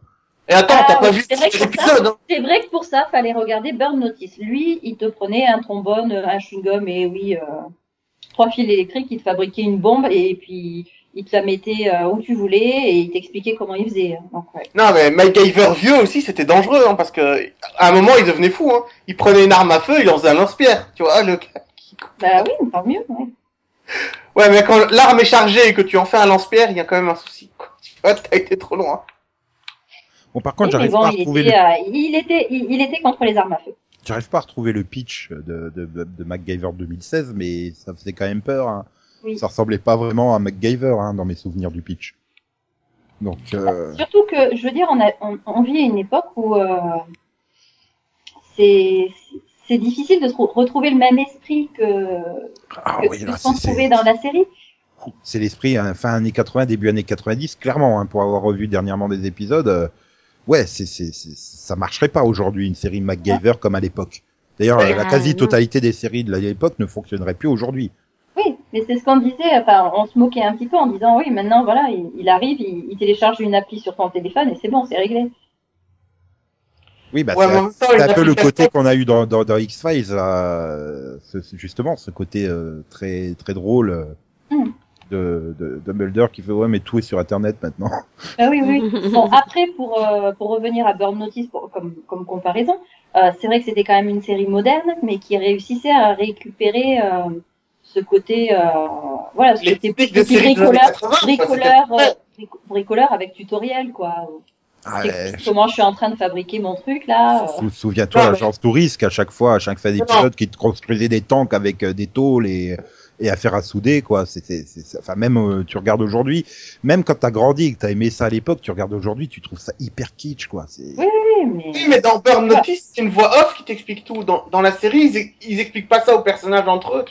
S2: Et attends,
S4: Ah,
S2: t'as pas
S4: oui,
S2: vu
S4: c'est vrai que c'est
S2: l'épisode, hein
S4: C'est vrai que pour ça, fallait regarder Burn Notice. Lui, il te prenait un trombone, un chewing-gum et oui, euh, trois fils électriques, il te fabriquait une bombe et puis il te la mettait euh, où tu voulais et il t'expliquait comment il faisait. hein. Donc, ouais.
S2: Non, mais MacGyver vieux aussi, c'était dangereux, hein, parce que à un moment, il devenait fou, hein. Il prenait une arme à feu, il en faisait un lance-pierre, tu vois, le gars.
S4: Bah oui, tant mieux. ouais.
S2: Ouais, mais quand l'arme est chargée et que tu en fais un lance-pierre, il y a quand même un souci, quoi. Tu vois, t'as été trop loin.
S1: Bon, par contre,
S4: Oui, mais
S1: j'arrive
S4: bon,
S1: pas à
S4: il
S1: retrouver
S4: était, euh, il était, il- il était contre les armes à feu.
S1: le, j'arrive pas à retrouver le pitch de, de, de, de MacGyver 2016, mais ça faisait quand même peur. hein.
S4: Oui.
S1: Ça ressemblait pas vraiment à MacGyver, hein, dans mes souvenirs du pitch. Donc, euh,
S4: Surtout que, je veux dire, on, a, on, on vit à une époque où euh, c'est c'est difficile de se re- retrouver le même esprit que,
S1: ah
S4: que
S1: oui,
S4: ce
S1: là,
S4: qu'on
S1: c'est- c'est-
S4: trouvait dans la série.
S1: c'est l'esprit hein, fin années 80, début années 90, clairement, hein, pour avoir revu dernièrement des épisodes. euh, ouais, c'est, c'est, c'est- ça marcherait pas aujourd'hui une série
S2: Ah.
S1: MacGyver comme à l'époque. D'ailleurs,
S3: Ouais,
S1: la
S3: non.
S1: quasi-totalité des séries de l'époque ne fonctionnerait plus aujourd'hui.
S4: Oui, mais c'est ce qu'on disait, enfin, on se moquait un petit peu en disant, oui, maintenant, voilà, il, il arrive, il, il télécharge une appli sur son téléphone et c'est bon, c'est réglé.
S1: Oui, bah,
S2: ouais,
S1: c'est
S2: mais en même temps,
S1: c'est
S2: une
S1: un peu le
S2: application-
S1: côté qu'on a eu dans, dans, dans X-Files, là, euh, ce- ce- justement, ce côté euh, très très drôle euh,
S2: Hmm.
S4: Mm.
S1: de, de, de Mulder qui fait ouais mais tout est sur Internet maintenant.
S4: Ah oui, oui. (laughs) Bon, après, pour, euh, pour revenir à Burn Notice pour- comme, comme comparaison, euh, c'est vrai que c'était quand même une série moderne, mais qui réussissait à récupérer euh, ce côté, euh, voilà, ce
S2: Les
S4: côté
S2: typiques des
S4: petit
S2: séries des années
S4: bricoleur,
S2: 80, quoi,
S4: bricoleur,
S2: c'était-
S4: euh, brico- bricoleur avec tutoriel, quoi.
S1: Ah,
S4: T'expliques
S1: ouais.
S4: Comment je suis en train de fabriquer mon truc, là. euh.
S1: Sou- Souviens-toi
S2: Non, mais-
S1: l'agence touriste qu'à chaque fois, à chaque fin d'épisode, qui te construisait des tanks avec euh, des tôles et, et à faire à souder quoi. C'était, c'est- c'est- enfin même euh, tu regardes aujourd'hui, même quand t'as grandi et que t'as aimé ça à l'époque, tu regardes aujourd'hui, tu trouves ça hyper kitsch quoi. C'est
S4: Oui, Oui, mais...
S2: Oui, mais dans Burn Notice, c'est une voix off qui t'explique tout. Dans, dans la série, ils, ils expliquent pas ça aux personnages entre eux.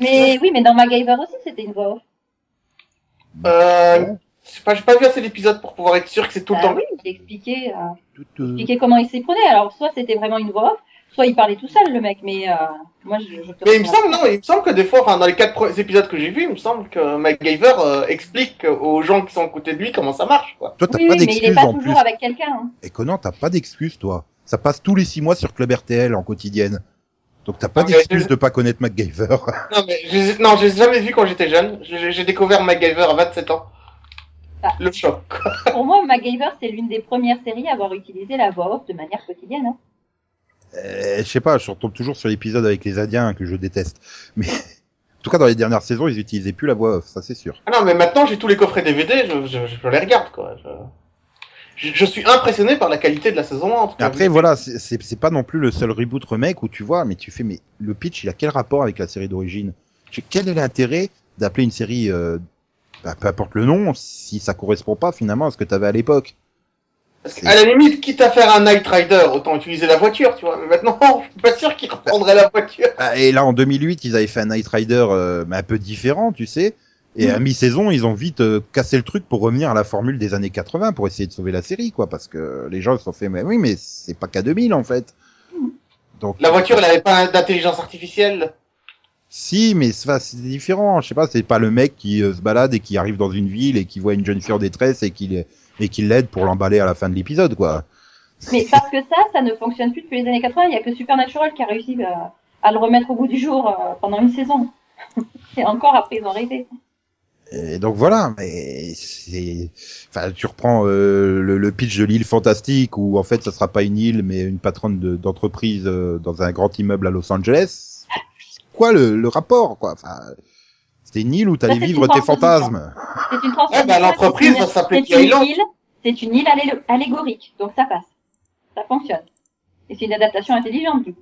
S4: mais oui, mais dans MacGyver aussi, c'était une voix off.
S2: Euh, je sais pas, j'ai pas vu assez d'épisodes pour pouvoir être sûr que c'est tout le
S4: Ah
S2: temps.
S4: oui, il expliquait, euh,
S1: Tout, euh,
S4: expliquait comment il s'y prenait. Alors, soit c'était vraiment une voix off, Soit il parlait tout seul, le mec, mais euh, moi, je, je te
S2: Mais il me semble, non, il me semble que des fois, enfin, dans les quatre premiers épisodes que j'ai vus, il me semble que MacGyver euh, explique aux gens qui sont à côté de lui comment ça marche, quoi.
S1: Toi, t'as
S4: Oui,
S1: pas
S4: oui, mais il est
S1: d'excuses
S4: pas
S1: en
S4: toujours
S1: plus.
S4: avec quelqu'un. hein.
S1: Et Conan, t'as pas d'excuses, toi. Ça passe tous les six mois sur Club RTL en quotidienne. Donc t'as
S4: Ah,
S1: pas
S2: Ok,
S1: d'excuse
S2: je-
S1: de pas connaître MacGyver. (laughs)
S2: Non, mais je les ai- non, je les ai jamais vus quand j'étais jeune. Je- je- J'ai découvert MacGyver à 27 ans.
S4: Ah.
S2: Le choc.
S4: Pour moi, MacGyver, c'est l'une des premières séries à avoir utilisé la voix off de manière quotidienne. hein.
S1: Euh, je sais pas, je retombe toujours sur l'épisode avec les Indiens que je déteste. Mais (laughs) en tout cas, dans les dernières saisons, ils utilisaient plus la voix off, ça c'est sûr.
S2: Ah non, mais maintenant j'ai tous les coffrets DVD, je, je, je les regarde quoi. Je, je- je suis impressionné par la qualité de la saison 1. en tout
S1: Mais
S2: cas.
S1: après, voilà, c'est- c'est c'est pas non plus le seul reboot remake où tu vois, mais tu fais, mais le pitch, il a quel rapport avec la série d'origine Je- Quel est l'intérêt d'appeler une série, euh, bah, peu importe le nom, si ça correspond pas finalement à ce que t'avais à l'époque
S2: Parce qu'à la limite, quitte à faire un Night Rider, autant utiliser la voiture, tu vois. Mais maintenant, (laughs) je suis pas sûr qu'il reprendrait la voiture.
S1: Ah, Et là, en 2008, ils avaient fait un Night Rider euh, mais un peu différent, tu sais. Et
S2: Mm.
S1: à mi-saison, ils ont vite euh, cassé le truc pour revenir à la formule des années 80 pour essayer de sauver la série, quoi. Parce que les gens se sont fait, mais oui, mais c'est pas qu'à 2000 en fait. Donc
S2: Mm. La voiture, elle avait pas d'intelligence artificielle.
S1: Si, mais c'est enfin, c'est différent. Je sais pas, c'est pas le mec qui euh, se balade et qui arrive dans une ville et qui voit une jeune fille en détresse et qui l'est- et qui l'aide pour l'emballer à la fin de l'épisode, quoi.
S4: Mais parce que ça, ça ne fonctionne plus depuis les années 80. Il n'y a que Supernatural qui a réussi euh, à le remettre au goût du jour euh, pendant une saison. (laughs) Et encore après, ils ont arrêté.
S1: Et donc voilà, mais c'est, enfin, tu reprends euh, le, le pitch de l'île fantastique où en fait ça sera pas une île mais une patronne de- d'entreprise euh, dans un grand immeuble à Los Angeles. C'est Quoi le, le rapport quoi Enfin, c'était une île où t'allais
S4: Ça, c'est
S1: vivre
S4: une
S1: tes
S4: fantasme.
S1: fantasmes.
S4: C'est une
S2: Ouais,
S4: transformation.
S2: bah, l'entreprise,
S4: c'est
S2: ça
S4: une-
S2: s'appelait
S4: c'est une
S2: Island.
S4: île- C'est une île allé- allégorique, donc ça passe. Ça fonctionne. Et c'est une adaptation intelligente, du coup.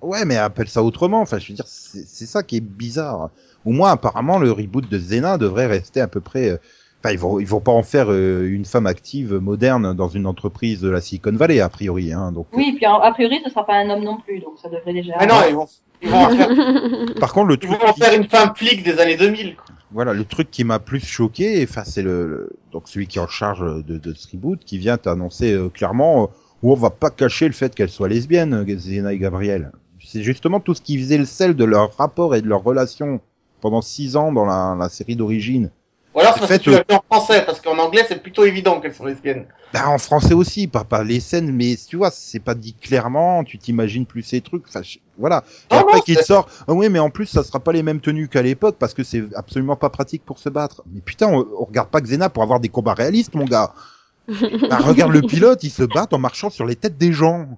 S1: Ouais, mais appelle ça autrement. Enfin, je veux dire, c'est c'est ça qui est bizarre. Au moins, apparemment, le reboot de Zena devrait rester à peu près. euh, Enfin, ils vont ils vont pas en faire euh, une femme active euh, moderne dans une entreprise de la Silicon Valley a priori. Hein, donc.
S4: Oui, et puis a a priori, ce sera pas un homme non plus, donc ça devrait déjà.
S2: Mais non, ils vont, ils
S1: Ah.
S3: (laughs)
S2: vont, en, faire,
S1: euh, Par contre, le
S2: ils
S1: truc.
S2: vont en
S1: qui-
S2: faire une femme flic des années 2000. quoi.
S1: voilà, le truc qui m'a plus choqué, enfin, c'est le, le- donc celui qui est en charge de, de ce reboot qui vient t'annoncer euh, clairement euh, où on va pas cacher le fait qu'elle soit lesbienne, euh, Zena et Gabriel. C'est justement tout ce qui faisait le sel de leur rapport et de leur relation pendant six ans dans la, la série d'origine.
S2: Ou alors c'est
S1: En
S2: parce
S1: fait, euh,
S2: que tu l'as vu en français, parce qu'en anglais, c'est plutôt évident qu'elles sont lesbiennes.
S1: Bah, en français aussi, pas, pas les scènes, mais tu vois, c'est pas dit clairement, tu t'imagines plus ces trucs, enfin, je- voilà. Et
S2: Non,
S1: après
S2: non,
S1: qu'il
S2: c'est-
S1: sort, ah oui, mais en plus, ça sera pas les mêmes tenues qu'à l'époque parce que c'est absolument pas pratique pour se battre. Mais putain, on, on regarde pas Xena pour avoir des combats réalistes, mon gars. Bah, regarde le pilote, il se bat en marchant sur les têtes des gens.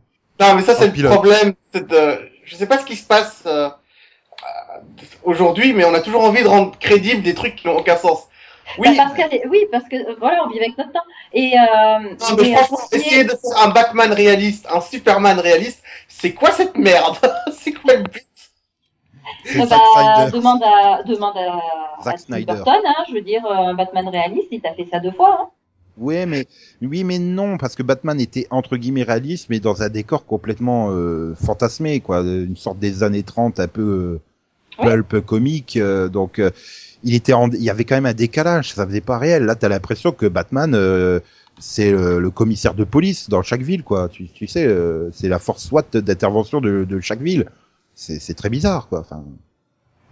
S2: Non, mais ça,
S1: Un
S2: c'est le
S1: pilote.
S2: problème. c'est De... Je sais pas ce qui se passe euh, euh, aujourd'hui, mais on a toujours envie de rendre crédible des trucs qui n'ont aucun sens. Oui,
S4: Bah, parce qu'elle est- oui, parce que euh, voilà, on vit avec notre temps. Et, euh,
S2: non, mais
S4: mais,
S2: franchement,
S4: euh,
S2: essayer de faire un Batman réaliste, un Superman réaliste, c'est quoi cette merde (laughs) C'est quoi le but
S1: C'est
S4: euh,
S1: Zack
S4: bah,
S1: Snyder.
S4: demande à, demande à,
S1: Zack
S4: à Tim
S1: Snyder.
S4: Burton, hein, je veux dire, euh, un Batman réaliste, il t'a fait ça deux fois. Hein.
S1: Ouais, mais oui, mais non, parce que Batman était entre guillemets réaliste, mais dans un décor complètement euh, fantasmé, quoi, une sorte des années 30 un peu euh, pulp comique. euh, donc, euh, il était, en- il y avait quand même un décalage, ça faisait pas réel. Là, t'as l'impression que Batman, euh, c'est euh, le commissaire de police dans chaque ville, quoi. Tu, tu sais, euh, c'est la force SWAT d'intervention de, de chaque ville. C'est c'est très bizarre, quoi. Enfin,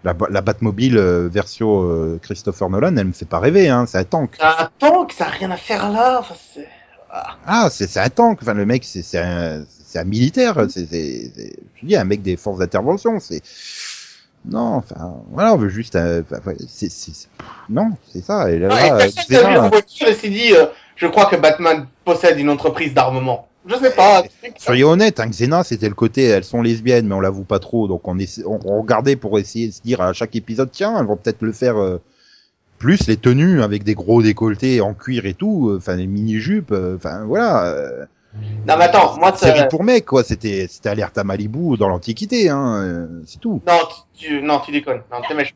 S1: la, ba- la Batmobile euh, version euh, Christopher Nolan, elle me fait pas rêver, hein. C'est un tank.
S2: Un tank, ça a rien à faire là. Enfin, c'est-
S1: Ah, c'est c'est un tank. Enfin, le mec, c'est c'est un, c'est un militaire. C'est, c'est- c'est- je dis, un mec des forces d'intervention. C'est non. Enfin, voilà, on veut juste. un- enfin, ouais, c'est, c'est- c'est- pff, non, c'est ça. Et là, euh,
S2: Ah, et
S1: là,
S2: personne
S1: c'est
S2: n'a vu en
S1: ça.
S2: voiture et s'est dit, euh, je crois que Batman possède une entreprise d'armement. Je sais pas. un truc-
S1: Eh, Soyez honnête, hein, Xena, c'était le côté, elles sont lesbiennes, mais on l'avoue pas trop, donc on, essa- on on regardait pour essayer de se dire à chaque épisode, tiens, elles vont peut-être le faire euh, plus les tenues avec des gros décolletés en cuir et tout, euh, enfin les mini-jupes, euh, enfin voilà. euh,
S2: Non, mais attends, moi, ça...
S1: série pour mecs, quoi. C'était, c'était alerte à Malibu dans l'Antiquité, hein. euh, C'est tout.
S2: Non, tu, tu- non, tu déconnes. Non, t'es méchant.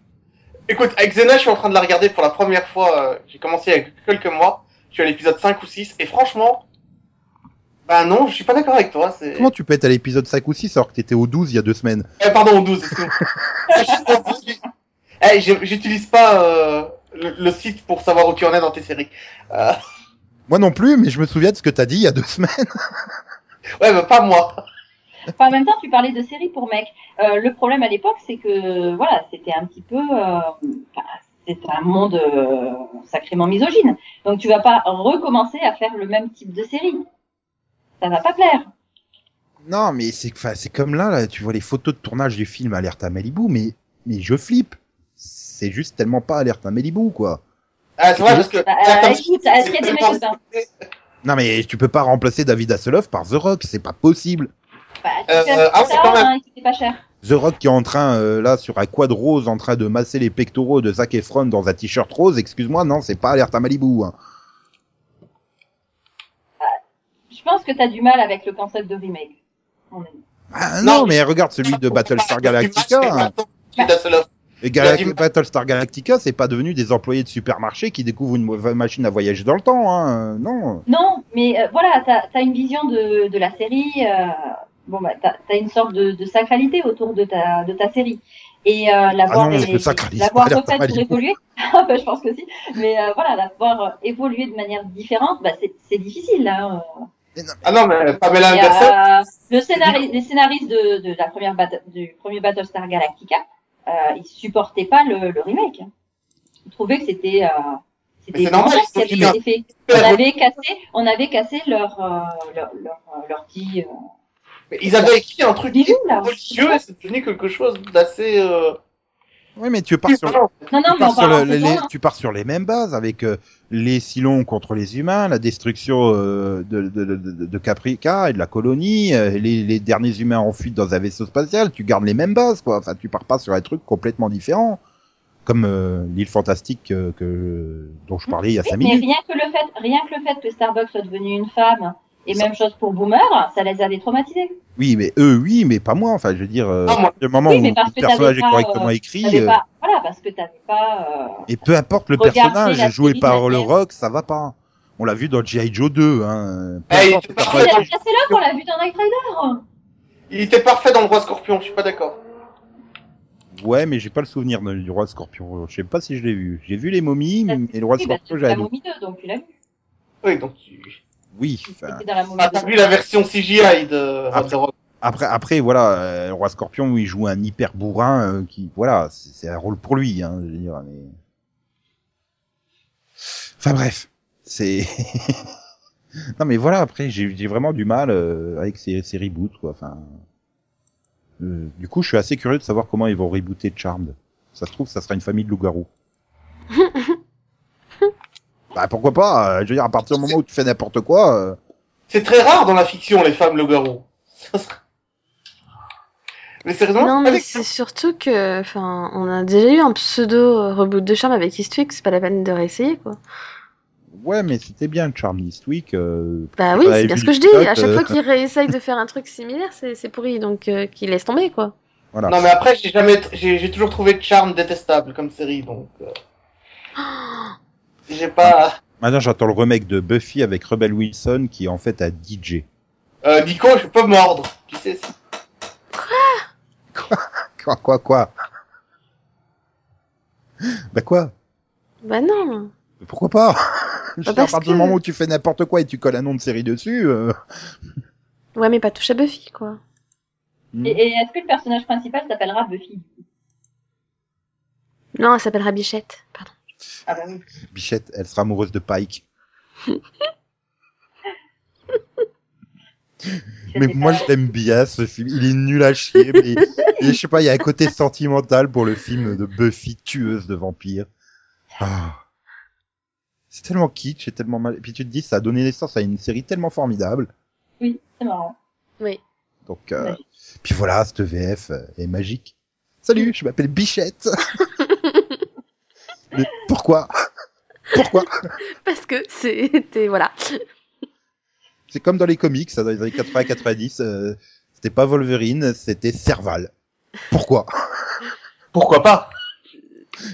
S2: Écoute, avec Xena, je suis en train de la regarder pour la première fois. euh, J'ai commencé il y a quelques mois. Je suis à l'épisode 5 ou 6. Et franchement, bah non, je suis pas d'accord avec toi. c'est-
S1: Comment tu peux être à l'épisode 5 ou 6 alors que t'étais au 12 il y a deux semaines
S2: Eh, pardon, au 12. excuse-moi. Je suis au 12. Eh, j'ai- j'utilise pas euh, le, le site pour savoir où tu en es dans tes séries. Euh,
S1: (laughs) Moi non plus, mais je me souviens de ce que t'as dit il y a deux semaines.
S2: ouais, bah pas moi.
S4: Enfin, en même temps, tu parlais de séries pour mecs. Euh, le problème à l'époque, c'est que voilà, c'était un petit peu, euh, enfin, c'était un monde euh, sacrément misogyne. Donc tu vas pas recommencer à faire le même type de série. Ça va pas plaire.
S1: Non, mais c'est enfin, c'est comme là, là, tu vois les photos de tournage du film Alerte à Malibu, mais mais je flippe. C'est juste tellement pas Alerte à Malibu quoi.
S2: Ah, c'est vrai, parce que.
S4: Bah,
S2: Attends,
S4: euh, écoute, est-ce qu'il y a des mecs dedans
S1: Non mais tu peux pas remplacer David Hasselhoff par The Rock, c'est pas possible.
S4: bah, tu
S2: Euh,
S4: fais un
S2: euh, ah,
S4: petit
S2: c'est quand
S4: salon, hein, et c'était pas cher.
S1: The Rock qui est en train euh, là sur un quad rose en train de masser les pectoraux de Zac Efron dans un t-shirt rose, excuse-moi, non, c'est pas Alerte à Malibu. hein.
S4: Je pense que t'as du mal avec le concept de remake. On est-
S1: Ah, non,
S2: Non,
S1: mais regarde celui de Battlestar Galactica. hein. Et Gala-
S2: Il y a du-
S1: Battlestar Galactica, c'est pas devenu des employés de supermarché qui découvrent une mauvaise machine à voyager dans le temps, hein. euh, Non.
S4: Non, mais euh, voilà, t'as as une vision de, de la série. euh, bon, bah, t'as as une sorte de, de sacralité autour de ta, de ta série. Et euh,
S1: Ah
S4: l'avoir
S1: non, je
S4: et-
S1: sacralise
S4: l'avoir
S1: pas, Alerte
S4: refaite pour
S1: à Malibu.
S4: évoluer, (laughs) Ah, bah, je pense que si. Mais euh, voilà, l'avoir euh, évolué de manière différente, bah, c'est- c'est difficile. hein.
S2: Ah non, mais Pamela
S4: Et,
S2: Anderson,
S4: euh, le scénari- les scénaristes de, de la première batte- du premier Battlestar Galactica, euh, ils supportaient pas le, le remake. hein. Ils trouvaient que c'était euh,
S2: Mais
S4: c'était
S2: c'est normal,
S4: grand-chose
S2: ils sont
S4: qui avait été fait. On avait cassé, on avait cassé leur euh, leur leur, leur petit euh,
S2: mais ils avaient écrit un truc
S4: bijou là.
S2: religieux et c'est devenu quelque chose d'assez. Euh...
S1: Oui, mais tu pars sur,
S4: Ah Non non,
S1: tu
S4: mais
S1: pars
S4: on
S1: sur
S4: parle
S1: le-
S4: en
S1: les,
S4: saison, hein.
S1: tu pars sur les mêmes bases avec euh, les Silons contre les humains, la destruction euh, de, de, de, de- de Caprica et de la colonie, euh, les, les derniers humains en fuite dans un vaisseau spatial. Tu gardes les mêmes bases, quoi. Enfin, tu pars pas sur un truc complètement différent, comme euh, l'île fantastique euh, que dont je parlais il y a
S4: Oui,
S1: cinq
S4: mais
S1: minutes.
S4: rien que le fait rien que le fait que Starbucks soit devenue une femme et
S1: Ça-
S4: même chose pour Boomer, ça les avait traumatisés.
S1: Oui, mais eux, oui, mais pas moi. Enfin, je veux dire, euh,
S2: Ah, moi.
S1: le moment
S4: Oui,
S1: où
S4: mais parce
S1: le
S4: que
S1: personnage est
S4: t'avais pas,
S1: correctement écrit,
S4: T'avais
S1: euh,
S4: pas voilà parce que t'avais pas euh,
S1: et peu importe le
S4: Regardez la
S1: personnage joué
S4: série
S1: par le
S4: d'Agnès.
S1: rock, ça va pas. On l'a vu dans G.I. Joe 2. Hein. Peu
S2: Eh, il
S1: importe
S2: était
S1: le
S2: pas
S4: Ah, Mais
S1: personnage
S2: très
S4: la- c'est là qu'on l'a vu dans Night Rider.
S2: Il était parfait dans le Roi Scorpion, je suis pas d'accord.
S1: Ouais, mais j'ai pas le souvenir de- du roi scorpion. Je sais pas si je l'ai vu. J'ai vu les momies,
S4: Ça,
S1: mais le roi
S4: Oui, bah,
S1: scorpion,
S4: c'est
S1: j'avais
S4: la
S1: adoré.
S4: momie 2, donc tu l'as vu.
S2: Oui, donc. tu-
S1: Oui. enfin,
S4: C'était dans la momie
S2: Ah,
S4: 2.
S2: t'as vu la version CGI de
S1: Ah,
S2: Rock the Rock.
S1: Après, après, voilà, euh, le roi scorpion, il joue un hyper bourrin euh, qui, voilà, c'est c'est un rôle pour lui, hein, je veux dire. Mais... Enfin bref, c'est. (laughs) non mais voilà, après, j'ai j'ai vraiment du mal euh, avec ces, ces reboots, quoi. Enfin, euh, du coup, je suis assez curieux de savoir comment ils vont rebooter Charmed. Ça se trouve, ça sera une famille de loups-garous. bah pourquoi pas euh, Je veux dire, à partir du moment où tu fais n'importe quoi. euh,
S2: C'est très rare dans la fiction, les femmes loups-garous. Ça serait- Mais sérieusement,
S3: Non,
S2: allez,
S3: mais c'est surtout que, enfin, on a déjà eu un pseudo reboot de charme avec Eastwick, c'est pas la peine de réessayer, quoi.
S1: Ouais, mais c'était bien Charmed Eastwick. euh,
S3: Bah
S1: Ah,
S3: oui,
S1: et
S3: c'est bien
S1: puis
S3: ce que
S1: le
S3: je dis.
S1: pilote,
S3: À chaque
S1: euh,
S3: fois qu'il réessaye de faire un truc similaire, c'est c'est pourri, donc euh, qu'il laisse tomber, quoi.
S1: voilà.
S2: Non, mais après, j'ai jamais, tr- j'ai j'ai toujours trouvé Charm détestable comme série, donc. euh, J'ai pas.
S1: Maintenant, j'attends Ah le remake de Buffy avec Rebel Wilson qui est en fait un DJ.
S2: Euh, Nico, je peux mordre. Tu sais, si-
S1: Quoi, quoi, quoi Bah quoi
S3: Bah non.
S1: Mais Pourquoi pas Je veux dire, à
S3: parce
S1: partir du
S3: que-
S1: moment où tu fais n'importe quoi et tu colles un nom de série dessus, euh,
S3: Ouais, mais pas touche à Buffy, quoi.
S1: hmm.
S4: Et, et est-ce que le personnage principal s'appellera Buffy
S3: Non, elle s'appelle Rabichette. Pardon.
S4: Ah bah oui.
S1: hmm, Bichette, elle sera amoureuse de Pike.
S4: Je
S1: Mais
S4: sais
S1: moi,
S4: pas.
S1: je l'aime bien ce film. Il est nul à chier, mais et je sais pas, il y a un côté sentimental pour le film de Buffy tueuse de vampires. Ah. C'est tellement kitsch, c'est tellement mal. Et puis tu te dis, ça a donné naissance à une série tellement formidable.
S4: Oui, c'est marrant.
S1: Donc, euh,
S4: Magique.
S1: puis voilà, cette VF euh, est magique. Salut, je m'appelle Bichette. Mais pourquoi Pourquoi
S3: Parce que c'était, voilà.
S1: C'est comme dans les comics, ça, dans les années 80-90, c'était pas Wolverine, c'était Serval. Pourquoi
S2: Pourquoi pas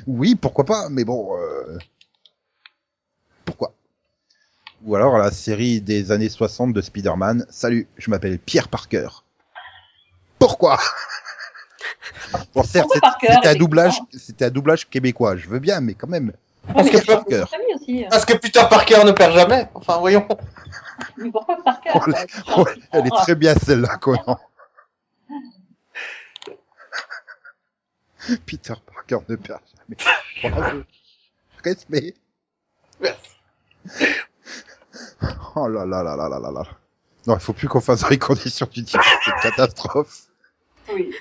S1: Oui, pourquoi pas, mais bon, euh, pourquoi Ou alors la série des années 60 de Spider-Man, salut, je m'appelle Pierre Parker.
S4: (laughs)
S1: Pourquoi Bon, certes,
S4: Pourquoi
S1: c'est-
S4: Parker,
S1: c'était un doublage,
S4: effectivement
S1: c'était un doublage québécois, je veux bien, mais quand même.
S2: Parce que,
S1: Pierre Parker.
S4: Très bien aussi. euh.
S2: parce que Peter Parker ne perd jamais. Enfin, voyons.
S4: Mais pourquoi Parker
S1: Oh,
S4: quoi
S1: Elle est très bien celle-là, quoi. Peter Parker ne perd jamais. Bravo. Respect.
S2: Merci.
S1: Oh là là là là là là là. Non, il faut plus qu'on fasse dans les conditions du tir. C'est une catastrophe.
S4: Oui.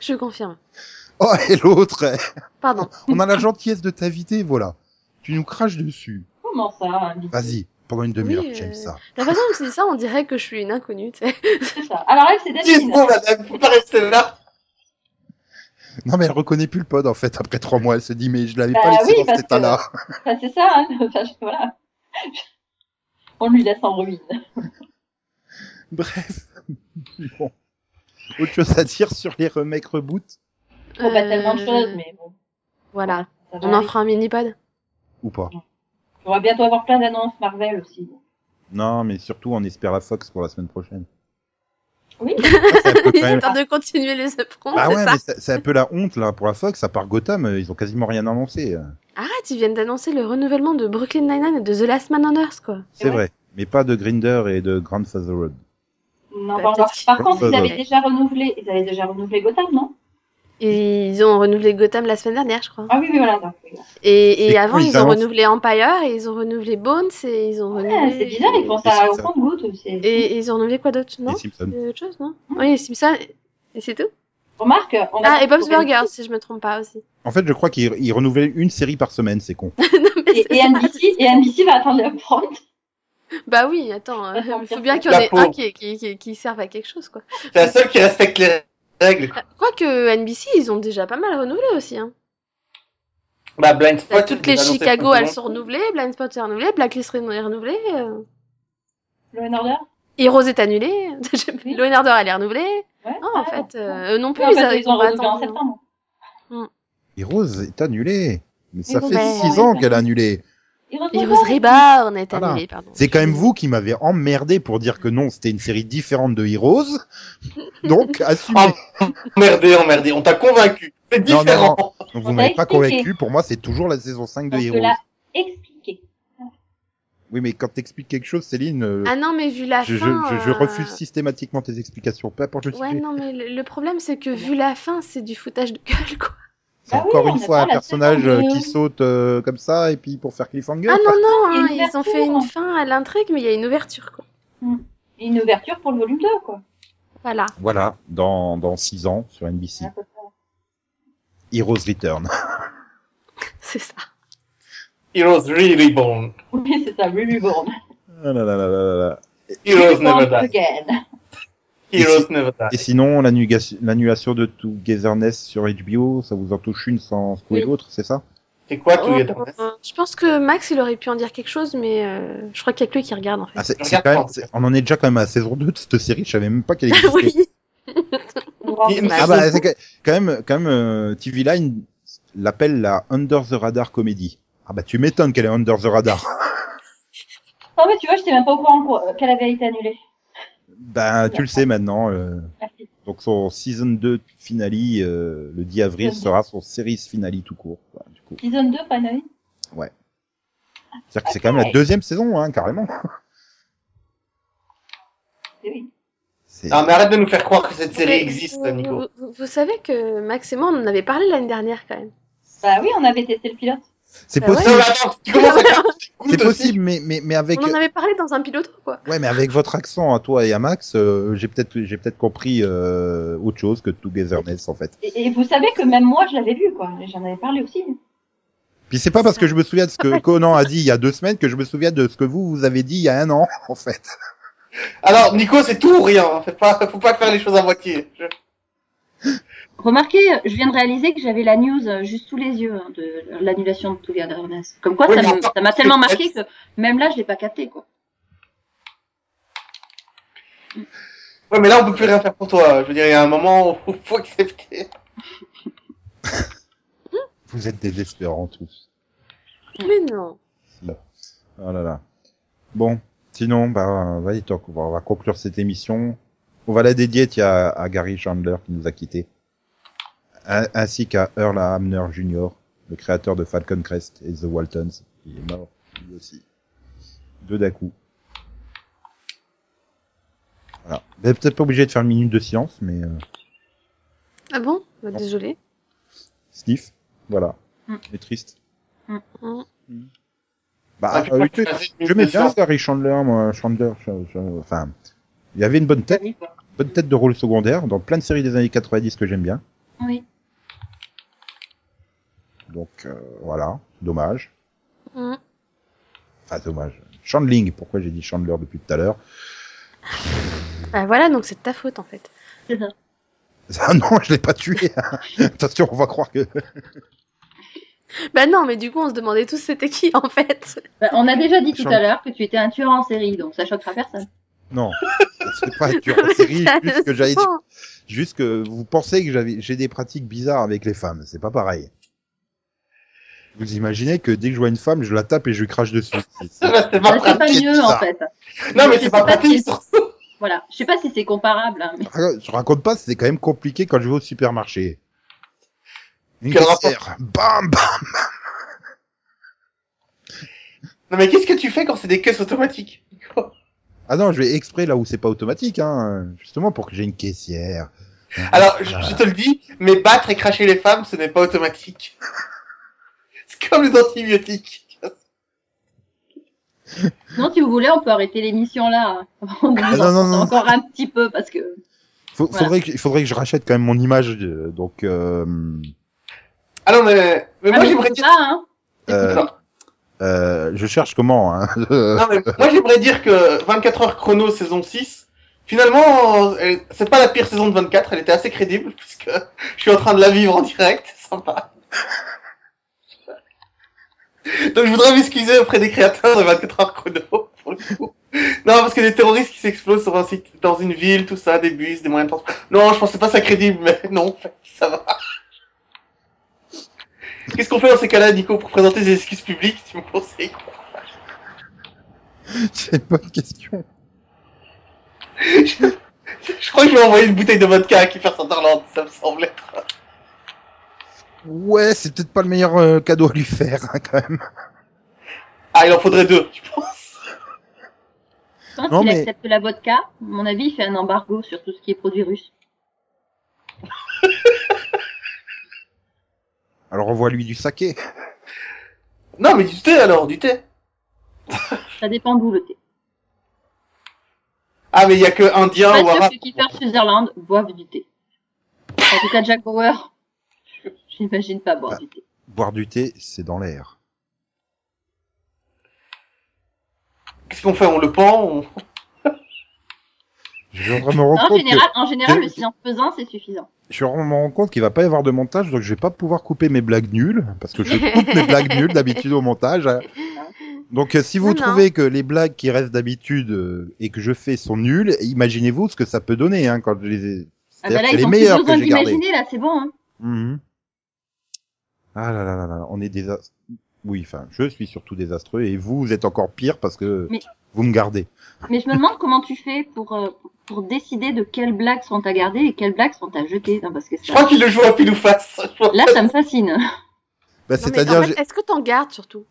S3: Je confirme.
S1: Oh, et l'autre, eh.
S3: Pardon.
S1: on a la gentillesse de t'inviter, voilà. Tu nous craches dessus.
S4: Comment ça un bidou
S1: Vas-y, pendant une demi-heure,
S3: Oui,
S1: j'aime
S3: euh,
S1: ça.
S3: La façon dont c'est ça, on dirait que je suis une inconnue, tu sais.
S4: C'est ça. Alors elle, c'est Delphine.
S2: Dites-moi, madame, faut pas rester là.
S1: Non, mais elle reconnaît plus le pod, en fait, après trois mois. Elle se dit, mais je l'avais
S4: Bah
S1: pas laissé
S4: oui,
S1: dans
S4: parce
S1: cet état-là.
S4: Enfin, c'est ça, hein. (laughs) Enfin, je- voilà. On lui laisse en ruine.
S1: Bref. (laughs) Bon. Autre chose à dire sur les remakes reboot
S4: Bon, pas tellement de
S3: Euh,
S4: choses, mais bon.
S3: Voilà.
S4: ça va
S3: On en
S4: aller.
S3: fera
S1: (laughs)
S3: un mini-pod.
S1: ou pas
S4: On va bientôt avoir plein d'annonces Marvel aussi.
S1: Non, mais surtout, on espère la Fox pour la semaine prochaine.
S4: Oui.
S1: Ça, c'est un
S4: (laughs)
S1: peu quand même-
S3: Histoire de continuer les éperons,
S1: Ah
S3: c'est
S1: ouais,
S3: ça
S1: mais c'est- c'est un peu la honte là pour la Fox. À part Gotham, euh, ils ont quasiment rien annoncé. euh.
S3: Arrête, ils viennent d'annoncer le renouvellement de Brooklyn Nine-Nine et de The Last Man on Earth, quoi.
S1: C'est
S4: Ouais.
S1: vrai, mais pas de Grinder et de Grandfather Road.
S4: Non,
S3: Bah,
S4: pas encore.
S3: peut-être
S4: Par
S1: qu'ils
S4: contre, ils
S1: peuvent.
S4: avaient déjà renouvelé, ils avaient déjà renouvelé Gotham, non
S3: Et ils ont renouvelé Gotham la semaine dernière, je crois.
S4: Ah oui, oui, voilà. donc, oui.
S3: Et,
S1: C'est
S3: et avant,
S1: con, ils
S3: ils ont
S1: annoncent-
S3: renouvelé Empire, et ils ont renouvelé Bones, et ils ont
S4: Ouais,
S3: renouvelé...
S4: c'est bizarre, ils font
S1: c'est
S4: ça au
S1: ça.
S4: compte-goutte aussi.
S3: Et, et ils ont renouvelé quoi d'autre, non
S1: Les Simpsons.
S3: Euh, Autre chose, non Oui, Simpson, et c'est tout.
S4: Remarque, on va
S3: Ah, et Bob's Burger, si je me trompe pas aussi. (laughs)
S1: En fait, je crois qu'ils ils renouvellent une série par semaine, c'est con.
S3: non, mais
S4: Et,
S3: c'est-
S4: et NBC, et NBC va attendre la prendre.
S3: Bah oui, attends,
S4: Attends,
S3: il faut
S4: pire
S3: bien
S4: que
S3: qu'il y en
S2: la
S3: ait
S2: pauvre.
S3: un qui, qui, qui, qui serve à quelque chose, quoi. Ah,
S2: C'est la seule qui respecte les règles.
S3: Quoique NBC, ils ont déjà pas mal renouvelé aussi. Hein.
S2: Bah, Blind
S3: Bah,
S2: Spot.
S3: toutes
S2: ils
S3: les
S2: annoncent
S3: Chicago,
S2: tout le
S3: elles
S2: monde.
S3: sont renouvelées, Blind Spot est renouvelé, Blacklist est renouvelée, euh,
S4: Law and Order
S3: Heroes est (laughs) annulée,
S4: Oui.
S3: Law and Order elle est renouvelée.
S4: Ouais.
S3: Non, en
S4: ah,
S3: fait,
S4: bon.
S3: euh, eux non plus,
S4: Non, parce qu'ils
S3: ont
S4: ont
S3: pas hein.
S4: renouvelé en
S3: attendu.
S4: septembre.
S1: Et Rose est annulée. Mais ça
S4: Ils
S1: fait
S3: ont-
S1: six
S4: ben, Ouais.
S1: ans qu'elle est annulée.
S4: Ils renouvelent
S3: hein. Heroes Reborn est
S1: Voilà.
S3: annulée, pardon.
S1: C'est quand même vous qui m'avez emmerdé pour dire que non, c'était une série différente de Heroes. Donc, assumez.
S2: Emmerdé, emmerdé, on t'a convaincu. C'est
S1: Non, non,
S2: différent.
S1: Donc,
S4: on
S1: vous m'avez
S4: t'a
S1: pas
S4: expliqué.
S1: convaincu. Pour moi, c'est toujours la saison 5 de
S4: On te
S1: Heroes.
S4: l'a expliqué.
S1: Oui, mais quand t'expliques quelque chose, Céline, euh,
S3: Ah non, mais vu la
S1: je, je-
S3: fin.
S1: je- je
S3: euh,
S1: refuse systématiquement tes explications. Peu importe le
S3: Ouais,
S1: sujet.
S3: non, mais le, le problème, c'est que vu la fin, c'est du foutage de gueule, quoi.
S1: C'est
S4: Bah oui,
S1: encore une
S4: on attend
S1: fois un
S4: la
S1: personnage
S4: saison
S1: euh,
S4: de-
S1: qui saute euh, comme ça et puis pour faire cliffhanger.
S3: Ah non, non,
S4: Il y a
S3: hein,
S4: une
S3: ils ont
S4: ouverture.
S3: fait une fin à l'intrigue, mais il y a une ouverture, quoi.
S4: Et Une ouverture pour le volume 2, quoi.
S3: Voilà.
S1: Voilà, dans dans six ans sur NBC.
S4: À peu près.
S1: Heroes Return.
S3: C'est ça.
S2: Heroes really born.
S4: Oui, c'est ça, Ruby Born.
S1: Ah là là là là là là.
S2: Heroes never
S4: Reborn
S2: die.
S4: again.
S2: Heroes never die.
S1: Et sinon, l'annulation l'annulation de Togetherness sur HBO, ça vous en touche une sans spoiler
S4: Oui.
S1: l'autre, c'est ça
S2: C'est quoi tout les
S3: Oh, euh, je pense que Max, il aurait pu en dire quelque chose, mais euh, je crois qu'il n'y a que lui qui regarde, en fait.
S1: Ah,
S3: (laughs)
S1: c'est-
S2: Je
S1: c'est
S2: regarde
S1: quand
S2: pas,
S1: même-
S2: en
S1: c'est-
S2: fait.
S1: On en est déjà quand même à la saison 2 de cette série, je savais même pas qu'elle existait.
S3: oui.
S1: Ah bah, c'est que- quand même, quand même, euh, TV Line l'appelle la Under the Radar Comedy. Ah bah, tu m'étonnes qu'elle est Under the Radar.
S4: Non, mais Ah bah, tu vois, je n'étais même pas au courant euh, qu'o- qu'elle avait été annulée.
S1: ben, tu le sais maintenant. euh,
S4: Merci.
S1: Donc son season 2 finale euh, le 10 avril
S4: Saison
S1: sera son series finale tout court. Voilà, du coup,
S4: Season 2, finally.
S1: c'est-à-dire que c'est quand même la
S4: Ok.
S1: deuxième saison, hein, carrément.
S4: Eh Oui.
S1: C'est-
S2: Non, mais arrête de nous faire croire que cette série
S3: Mais
S2: existe,
S3: vous-
S2: Nico.
S3: Vous, vous- vous savez que Max et moi, on en avait parlé l'année dernière, quand même.
S4: Bah oui, on avait testé le pilote.
S1: C'est
S3: Bah
S1: possible,
S2: Non, mais attends,
S3: (laughs)
S2: tu commences à faire
S1: c'est possible, mais mais mais avec
S3: On en avait parlé dans un pilote, quoi.
S1: ouais, mais avec votre accent à toi et à Max, euh, j'ai peut-être j'ai peut-être compris euh, autre chose que Togetherness en fait.
S4: Et, et vous savez que même moi, je l'avais vu, quoi. J'en avais parlé aussi.
S1: Puis c'est pas parce que je me souviens de ce que Conan a dit il y a deux semaines que je me souviens de ce que vous vous avez dit il y a un an en fait.
S2: Alors, Nico, c'est tout ou rien. hein. Faites pas- Faut pas faire les choses à moitié. Je-
S4: Remarquez, je viens de réaliser que j'avais la news euh, juste sous les yeux hein, de l'annulation de Togetherness. Comme quoi,
S2: Oui,
S4: ça
S2: mais
S4: me-
S2: attends,
S4: ça m'a tellement
S2: c'est-
S4: marqué que même là, je l'ai pas capté. Quoi.
S2: Ouais, mais là, on peut plus rien faire pour toi. Je veux dire, il y a un moment où (laughs) faut accepter.
S1: Vous êtes désespérants tous.
S3: Mais non.
S1: Oh là là. Bon, sinon, bah, vas-y, Toc, on va, on va conclure cette émission. On va la dédier, tiens, à, à Gary Chandler qui nous a quittés. A- ainsi qu'à Earl Hamner Jr., le créateur de Falcon Crest et The Waltons. Il est mort, lui aussi. Deux d'un coup. Voilà. Vous êtes peut-être pas obligé de faire une minute de silence, mais euh,
S3: Ah bon bah, Désolée.
S1: Sniff. Voilà.
S4: Mm.
S1: C'est triste.
S4: Mm.
S3: Mm.
S2: Ah,
S1: Bah,
S2: tu
S1: euh,
S2: crois
S1: tu-
S2: que c'est-
S1: j'aimais bien Gary Chandler, moi, Chandler, je- je- enfin, il y avait une bonne tête,
S4: Oui, quoi.
S1: bonne tête de rôle secondaire dans plein de séries des années 90 que j'aime bien.
S4: Oui.
S1: Donc, euh, voilà. Dommage.
S3: Mm.
S1: Enfin, dommage. Chandling, pourquoi j'ai dit Chandler depuis tout à l'heure? (laughs)
S3: Bah voilà, donc c'est de ta faute en fait.
S1: Ah non, je l'ai pas tué. hein. Attention, on va croire que.
S3: Bah non, mais du coup, on se demandait tous c'était qui en fait.
S4: Bah, on a déjà dit tout
S1: Sure.
S4: à l'heure que tu étais un tueur en série, donc ça choquera personne.
S1: Non, c'est pas
S3: (laughs)
S1: dur. série, juste que j'allais dire- juste que vous pensez que j'avais, j'ai des pratiques bizarres avec les femmes. C'est pas pareil. Vous imaginez que dès que je vois une femme, je la tape et je lui crache dessus. C'est- c'est-
S2: Bah, c'est
S4: Bah,
S2: pas
S4: c'est
S2: pratique.
S4: pas
S1: c'est
S4: mieux en
S1: bizarre.
S4: fait.
S2: Non, mais
S4: Je
S2: c'est
S4: sais
S2: pas
S4: pas
S2: pratique
S4: si-
S2: surtout.
S4: (laughs) Voilà. Je sais pas si c'est comparable. hein, mais-
S1: Je raconte pas, c'est quand même compliqué quand je vais au supermarché. Une
S2: Quel
S1: caissière. Bam, bam.
S2: Non, mais qu'est-ce que tu fais quand c'est des caisses automatiques
S1: Ah non, je vais exprès là où c'est pas automatique, hein, justement pour que j'ai une caissière.
S2: Alors, je, je te le dis, mais battre et cracher les femmes, ce n'est pas automatique. (laughs) C'est comme les antibiotiques.
S4: Sinon, si vous voulez, on peut arrêter l'émission là. (laughs) hein. On vous
S1: Ah, non, non,
S4: entend
S1: non.
S4: Encore un petit peu parce que.
S1: Faut-
S4: Voilà.
S1: faudrait, que, il faudrait que je rachète quand même mon image, de- donc. Euh,
S2: Alors, mais, mais
S4: Ah,
S2: moi,
S4: mais
S2: j'aimerais
S4: c'est
S2: dire...
S4: pas, hein.
S1: euh,
S2: Non,
S1: euh, je cherche comment. Hein.
S4: Ah.
S2: non, mais moi, j'aimerais dire que 24 heures chrono saison 6, finalement, elle- c'est pas la pire saison de 24, elle était assez crédible, puisque (laughs) je suis en train de la vivre en direct, (laughs) c'est sympa. Donc, je voudrais m'excuser auprès des créateurs de 24 heures chrono, pour le coup. Non, parce que des terroristes qui s'explosent sur un site, dans une ville, tout ça, des bus, des moyens de transport. Non, je pensais pas ça crédible, mais non, en fait, ça va. Qu'est-ce qu'on fait dans ces cas-là, Nico, pour présenter des excuses publiques Tu me conseilles quoi
S1: (laughs) C'est une bonne question.
S2: Je crois que je vais envoyer une bouteille de vodka à Kiefer Sutherland, ça me semble être.
S1: Ouais, c'est peut-être pas le meilleur euh, cadeau à lui faire hein, quand même.
S2: Ah, il en faudrait deux, je pense.
S4: Tant
S1: Non,
S4: qu'il
S1: mais-
S4: accepte la vodka, à mon avis, il fait un embargo sur tout ce qui est produit russe.
S1: Alors envoie-lui du saké.
S2: Non, mais du thé alors, du thé.
S4: Ça dépend d'où le thé.
S2: Ah, mais il y a que
S4: Je
S2: Indien
S4: suis
S2: ou
S4: pas sûr
S2: Arabe.
S4: que Kiefer Sutherland boive du thé. En tout cas, Jack Bauer, (laughs) j'imagine pas
S1: Ah,
S4: boire du thé.
S1: Boire du thé, c'est dans l'air.
S2: Qu'est-ce qu'on fait On le pend on-
S1: Je me rends
S4: En
S1: compte que,
S4: général, en général,
S1: que-
S4: le silence pesant, c'est suffisant.
S1: je me rends compte qu'il va pas y avoir de montage, donc je vais pas pouvoir couper mes blagues nulles parce que je coupe mes blagues nulles d'habitude au montage. hein. Donc euh, si vous
S3: Non, non.
S1: trouvez que les blagues qui restent d'habitude euh, et que je fais sont nulles, imaginez-vous ce que ça peut donner hein, quand je les ai.
S4: Ah bah
S1: C'est-à-dire
S4: là,
S1: que
S4: ils
S1: les
S4: ont plus
S1: meilleurs
S4: besoin
S1: que j'ai gardés.
S4: d'imaginer, là, c'est bon. Hein.
S1: Mhm. Ah là là là là, on est désastreux. Oui, enfin, je suis surtout désastreux et vous, vous êtes encore pire parce que
S4: Mais-
S1: vous me gardez. Bah,
S4: Mais je me demande comment tu fais pour, euh, pour décider de quelles blagues sont à garder et quelles blagues sont à jeter. Non, parce que
S2: Je
S4: ça-
S2: crois qu'il le joue à pile ou face. Je crois-
S4: Là, ça me fascine.
S1: Bah,
S3: Non, mais en
S1: c'est-à-dire,
S3: fait, est-ce que t'en gardes surtout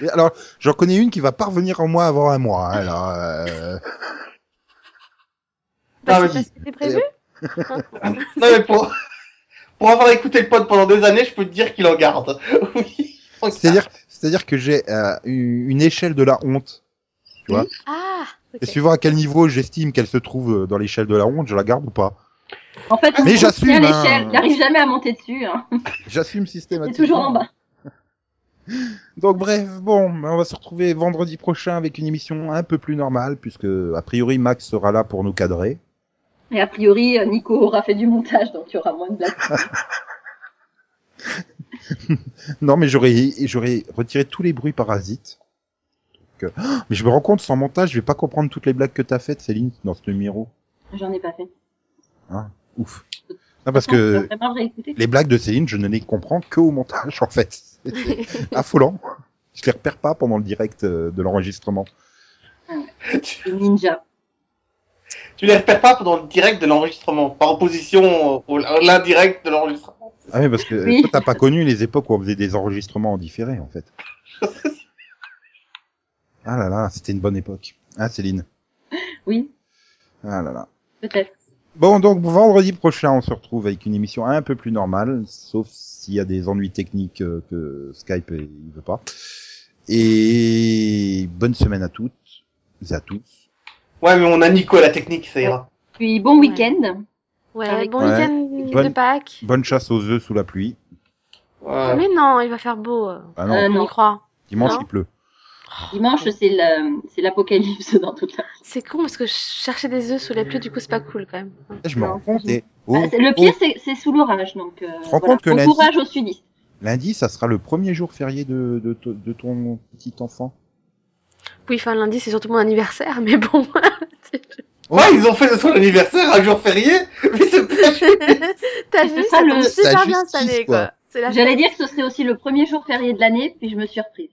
S1: j'ai- alors, j'en connais une qui va pas revenir en moi avant un mois. hein, alors, euh,
S2: Ah,
S3: Bah,
S2: oui.
S3: c'est parce que c'était prévu
S2: Non, mais pour... pour avoir écouté le pod pendant deux années, je peux te dire qu'il en garde. (laughs) Oui.
S1: c'est-à-dire, c'est-à-dire que j'ai euh, une une échelle de la honte.
S3: Ah
S1: Et
S3: ok.
S1: suivant à quel niveau j'estime qu'elle se trouve euh, dans l'échelle de la honte, je la garde ou pas.
S4: En fait, on
S1: Mais
S4: se trouve
S1: j'assume,
S4: bien
S1: hein.
S4: l'échelle. Il n'arrive jamais à monter dessus. Hein.
S1: J'assume
S4: C'est
S1: systématiquement.
S4: toujours en bas.
S1: Donc bref, bon, on va se retrouver vendredi prochain avec une émission un peu plus normale puisque a priori Max sera là pour nous cadrer.
S4: Et a priori, euh, Nico aura fait du montage, donc tu auras moins de blagues.
S1: Non, mais j'aurais, j'aurais retiré tous les bruits parasites. Donc, euh, oh, mais je me rends compte, sans montage, je vais pas comprendre toutes les blagues que t'as faites, Céline, dans ce numéro.
S4: J'en ai pas fait.
S1: Ouf. Non, parce que
S4: Vraiment, le réécouter.
S1: les blagues de Céline, je ne les comprends que au montage, en fait. C'est affolant. Je les repère pas pendant le direct euh, de l'enregistrement.
S2: Tu...
S4: C'est Ninja.
S2: tu les repères pas pendant le direct de l'enregistrement, par opposition au à l'indirect de l'enregistrement.
S1: Ah oui, parce que euh,
S4: Oui.
S1: toi, t'as pas connu les époques où on faisait des enregistrements en différé, en fait. Ah là là, c'était une bonne époque. Hein, Céline
S4: Oui,
S1: Ah là là.
S4: peut-être.
S1: Bon, donc vendredi prochain, on se retrouve avec une émission un peu plus normale, sauf s'il y a des ennuis techniques euh, que Skype euh, il veut pas. Et bonne semaine à toutes et à tous.
S2: Ouais, mais on a Nico à la technique, ça ira.
S4: Puis bon
S3: Ouais.
S4: week-end.
S3: Ouais,
S4: Avec-
S3: bon
S1: Ah, Ouais.
S3: week-end de
S1: Bonne-
S3: Pâques.
S1: Bonne chasse aux œufs sous la pluie.
S2: Ouais.
S3: Mais non, il va faire beau. euh,
S1: Ah non,
S4: Euh,
S3: on
S4: non.
S3: y croit.
S1: dimanche
S3: non.
S1: il pleut.
S4: Dimanche, c'est le- c'est l'apocalypse dans toute la.
S3: C'est con parce que je cherchais des œufs sous la pluie, du coup c'est pas cool quand même.
S1: Et je me
S4: Non.
S1: rends compte. Et
S4: Ah,
S1: oh,
S4: c'est- le pire, c'est c'est sous l'orage. Donc, euh,
S1: te rends
S4: voilà.
S1: compte que
S4: Bon
S1: lundi-
S4: courage aux sudistes.
S1: lundi, ça sera le premier jour férié de, de, to- de ton petit enfant.
S3: Oui, enfin lundi c'est surtout mon anniversaire, mais bon. (laughs)
S2: Ouais, ils ont fait de son anniversaire un jour férié, mais c'est pas juste.
S3: T'as vu,
S4: C'est
S3: ça
S4: ça,
S3: tombe
S4: le-
S3: super
S1: Ça
S3: bien cette
S1: justice,
S3: année
S1: quoi.
S3: quoi. C'est la
S4: J'allais
S3: fête.
S4: dire que ce serait aussi le premier jour férié de l'année, puis je me suis reprise.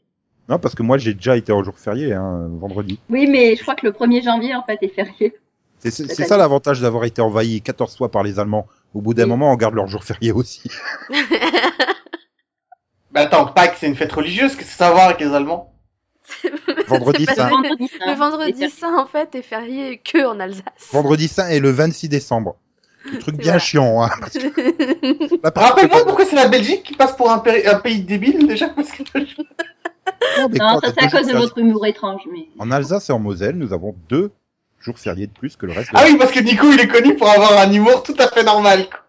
S1: Non, parce que moi j'ai déjà été en jour férié, hein, vendredi.
S4: Oui, mais je crois que le 1er janvier, en fait, est férié.
S1: C'est- C'est c'est
S4: Cette
S1: ça
S4: année.
S1: l'avantage d'avoir été envahi 14 fois par les Allemands. Au bout d'un
S4: Oui.
S1: moment, on garde leur jour férié
S4: (laughs)
S1: aussi.
S2: Bah attends, Pâques, c'est une fête religieuse, qu'est-ce que ça va avec les Allemands
S1: Vendredi
S3: pas
S1: saint.
S3: vrai.
S4: saint.
S3: Le
S4: Et
S3: vendredi
S4: puis,
S3: saint en fait est férié que en Alsace. (laughs)
S1: Vendredi saint et le 26 décembre. Le truc bien
S3: Voilà.
S1: chiant.
S4: (laughs)
S1: Hein. La partie-
S2: Rappelle-moi pourquoi c'est la Belgique qui passe pour un, péri- un pays débile déjà parce que...
S1: Non, mais
S4: Non,
S1: quoi,
S4: ça
S1: t'as deux
S4: c'est à cause de
S1: jours
S4: votre humour étrange, mais.
S1: fériés. En Alsace et en Moselle, nous avons deux jours fériés de plus que le reste. de
S2: Ah oui, parce que Nico, il est connu pour avoir un humour tout à fait normal. quoi.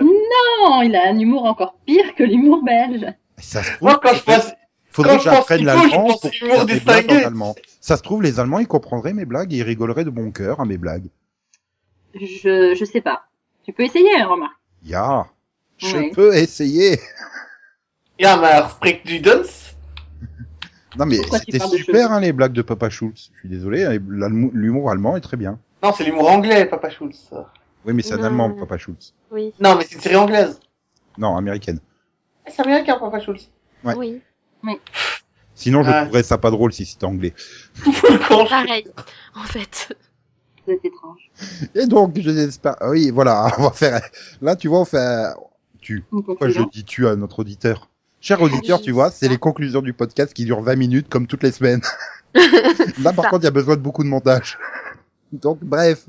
S4: Non, il a un humour encore pire que l'humour belge.
S1: Ça se trouve,
S2: Moi, quand je
S1: peut-être-
S2: passe...
S1: faudrait
S2: quand
S1: que
S2: je pense
S1: j'apprenne
S2: qu'il faut, je
S1: l'allemand
S2: pense
S1: pour
S2: qu'il faut
S1: faire des blagues en
S2: distinguer.
S1: allemand. Ça se trouve, les Allemands, ils comprendraient mes blagues et ils rigoleraient de bon cœur à mes blagues.
S4: Je, je sais pas. Tu peux essayer, hein, remarque.
S1: Ya, je
S4: Ouais.
S1: peux essayer.
S2: Ja, maar spreekt du Duits
S1: Non mais
S4: Pourquoi tu
S1: c'était
S4: parles de
S1: super
S4: cheveux
S1: hein, les blagues de Papa Schulz. Je suis désolé, hein, l'allem- l'humour allemand est très bien.
S2: Non, c'est l'humour anglais, Papa Schulz.
S1: Oui, mais c'est un
S3: Non.
S4: Mm.
S1: allemand, Papa Schulz.
S3: Oui,
S2: Non, mais c'est une série anglaise.
S1: Non, américaine.
S2: C'est américain, Papa (laughs) Schulz.
S1: Ouais.
S3: oui,
S1: Sinon, je
S2: Ah.
S1: trouverais ça pas drôle si c'était anglais.
S2: Le con.
S3: pareil en fait.
S4: Vous êtes étrange.
S1: Et donc, je n'espère. ah Oui, voilà, (laughs) on va faire. Là, tu vois, on fait. Tu.
S4: Une
S1: Pourquoi je
S4: conclusion.
S1: dis tu à notre auditeur Cher auditeur, tu vois, c'est les conclusions du podcast qui durent 20 minutes comme toutes les semaines. Là, par
S3: ça.
S1: contre, il y a besoin de beaucoup de montage. Donc, bref.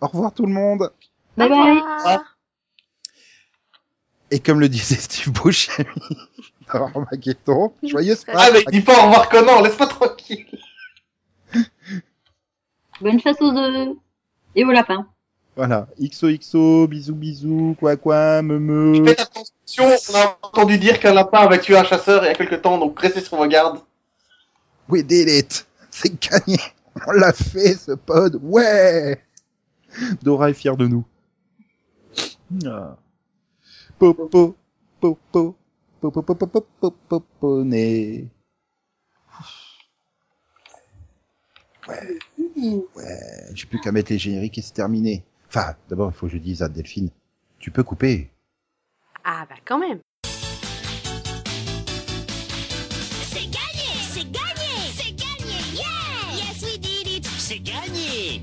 S1: Au revoir tout le monde.
S4: Bye
S3: Au
S4: bye.
S3: revoir.
S1: Et comme le disait Steve Bush, (laughs) alors Maquetton, joyeuse
S2: Ah, mais
S1: Pâques.
S2: dis pas au revoir Conan, laisse-moi tranquille.
S4: Bonne chasse aux œufs. Et au lapin.
S1: Voilà. XOXO, bisous bisous, quoi quoi, me
S2: Je
S1: me.
S2: Faites attention, on a entendu dire qu'un lapin avait tué un chasseur il y a quelques temps, donc restez sur vos gardes.
S1: Oui, delete. (laughs) C'est gagné. On l'a fait, ce pod. Ouais. Dora est fière de nous. Ah. Popo, popo, popo, popo, popo, poponé. Euh, J'ai plus qu'à mettre les génériques et c'est terminé. Enfin, d'abord, il faut que je dise à Delphine, tu peux couper.
S3: Ah bah quand même.
S5: C'est gagné C'est gagné C'est gagné Yeah Yes, we did it
S6: C'est gagné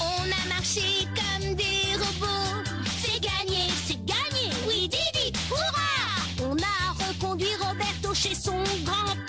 S5: On a marché comme des robots C'est gagné C'est gagné We did it Hurrah On a reconduit Roberto chez son grand-père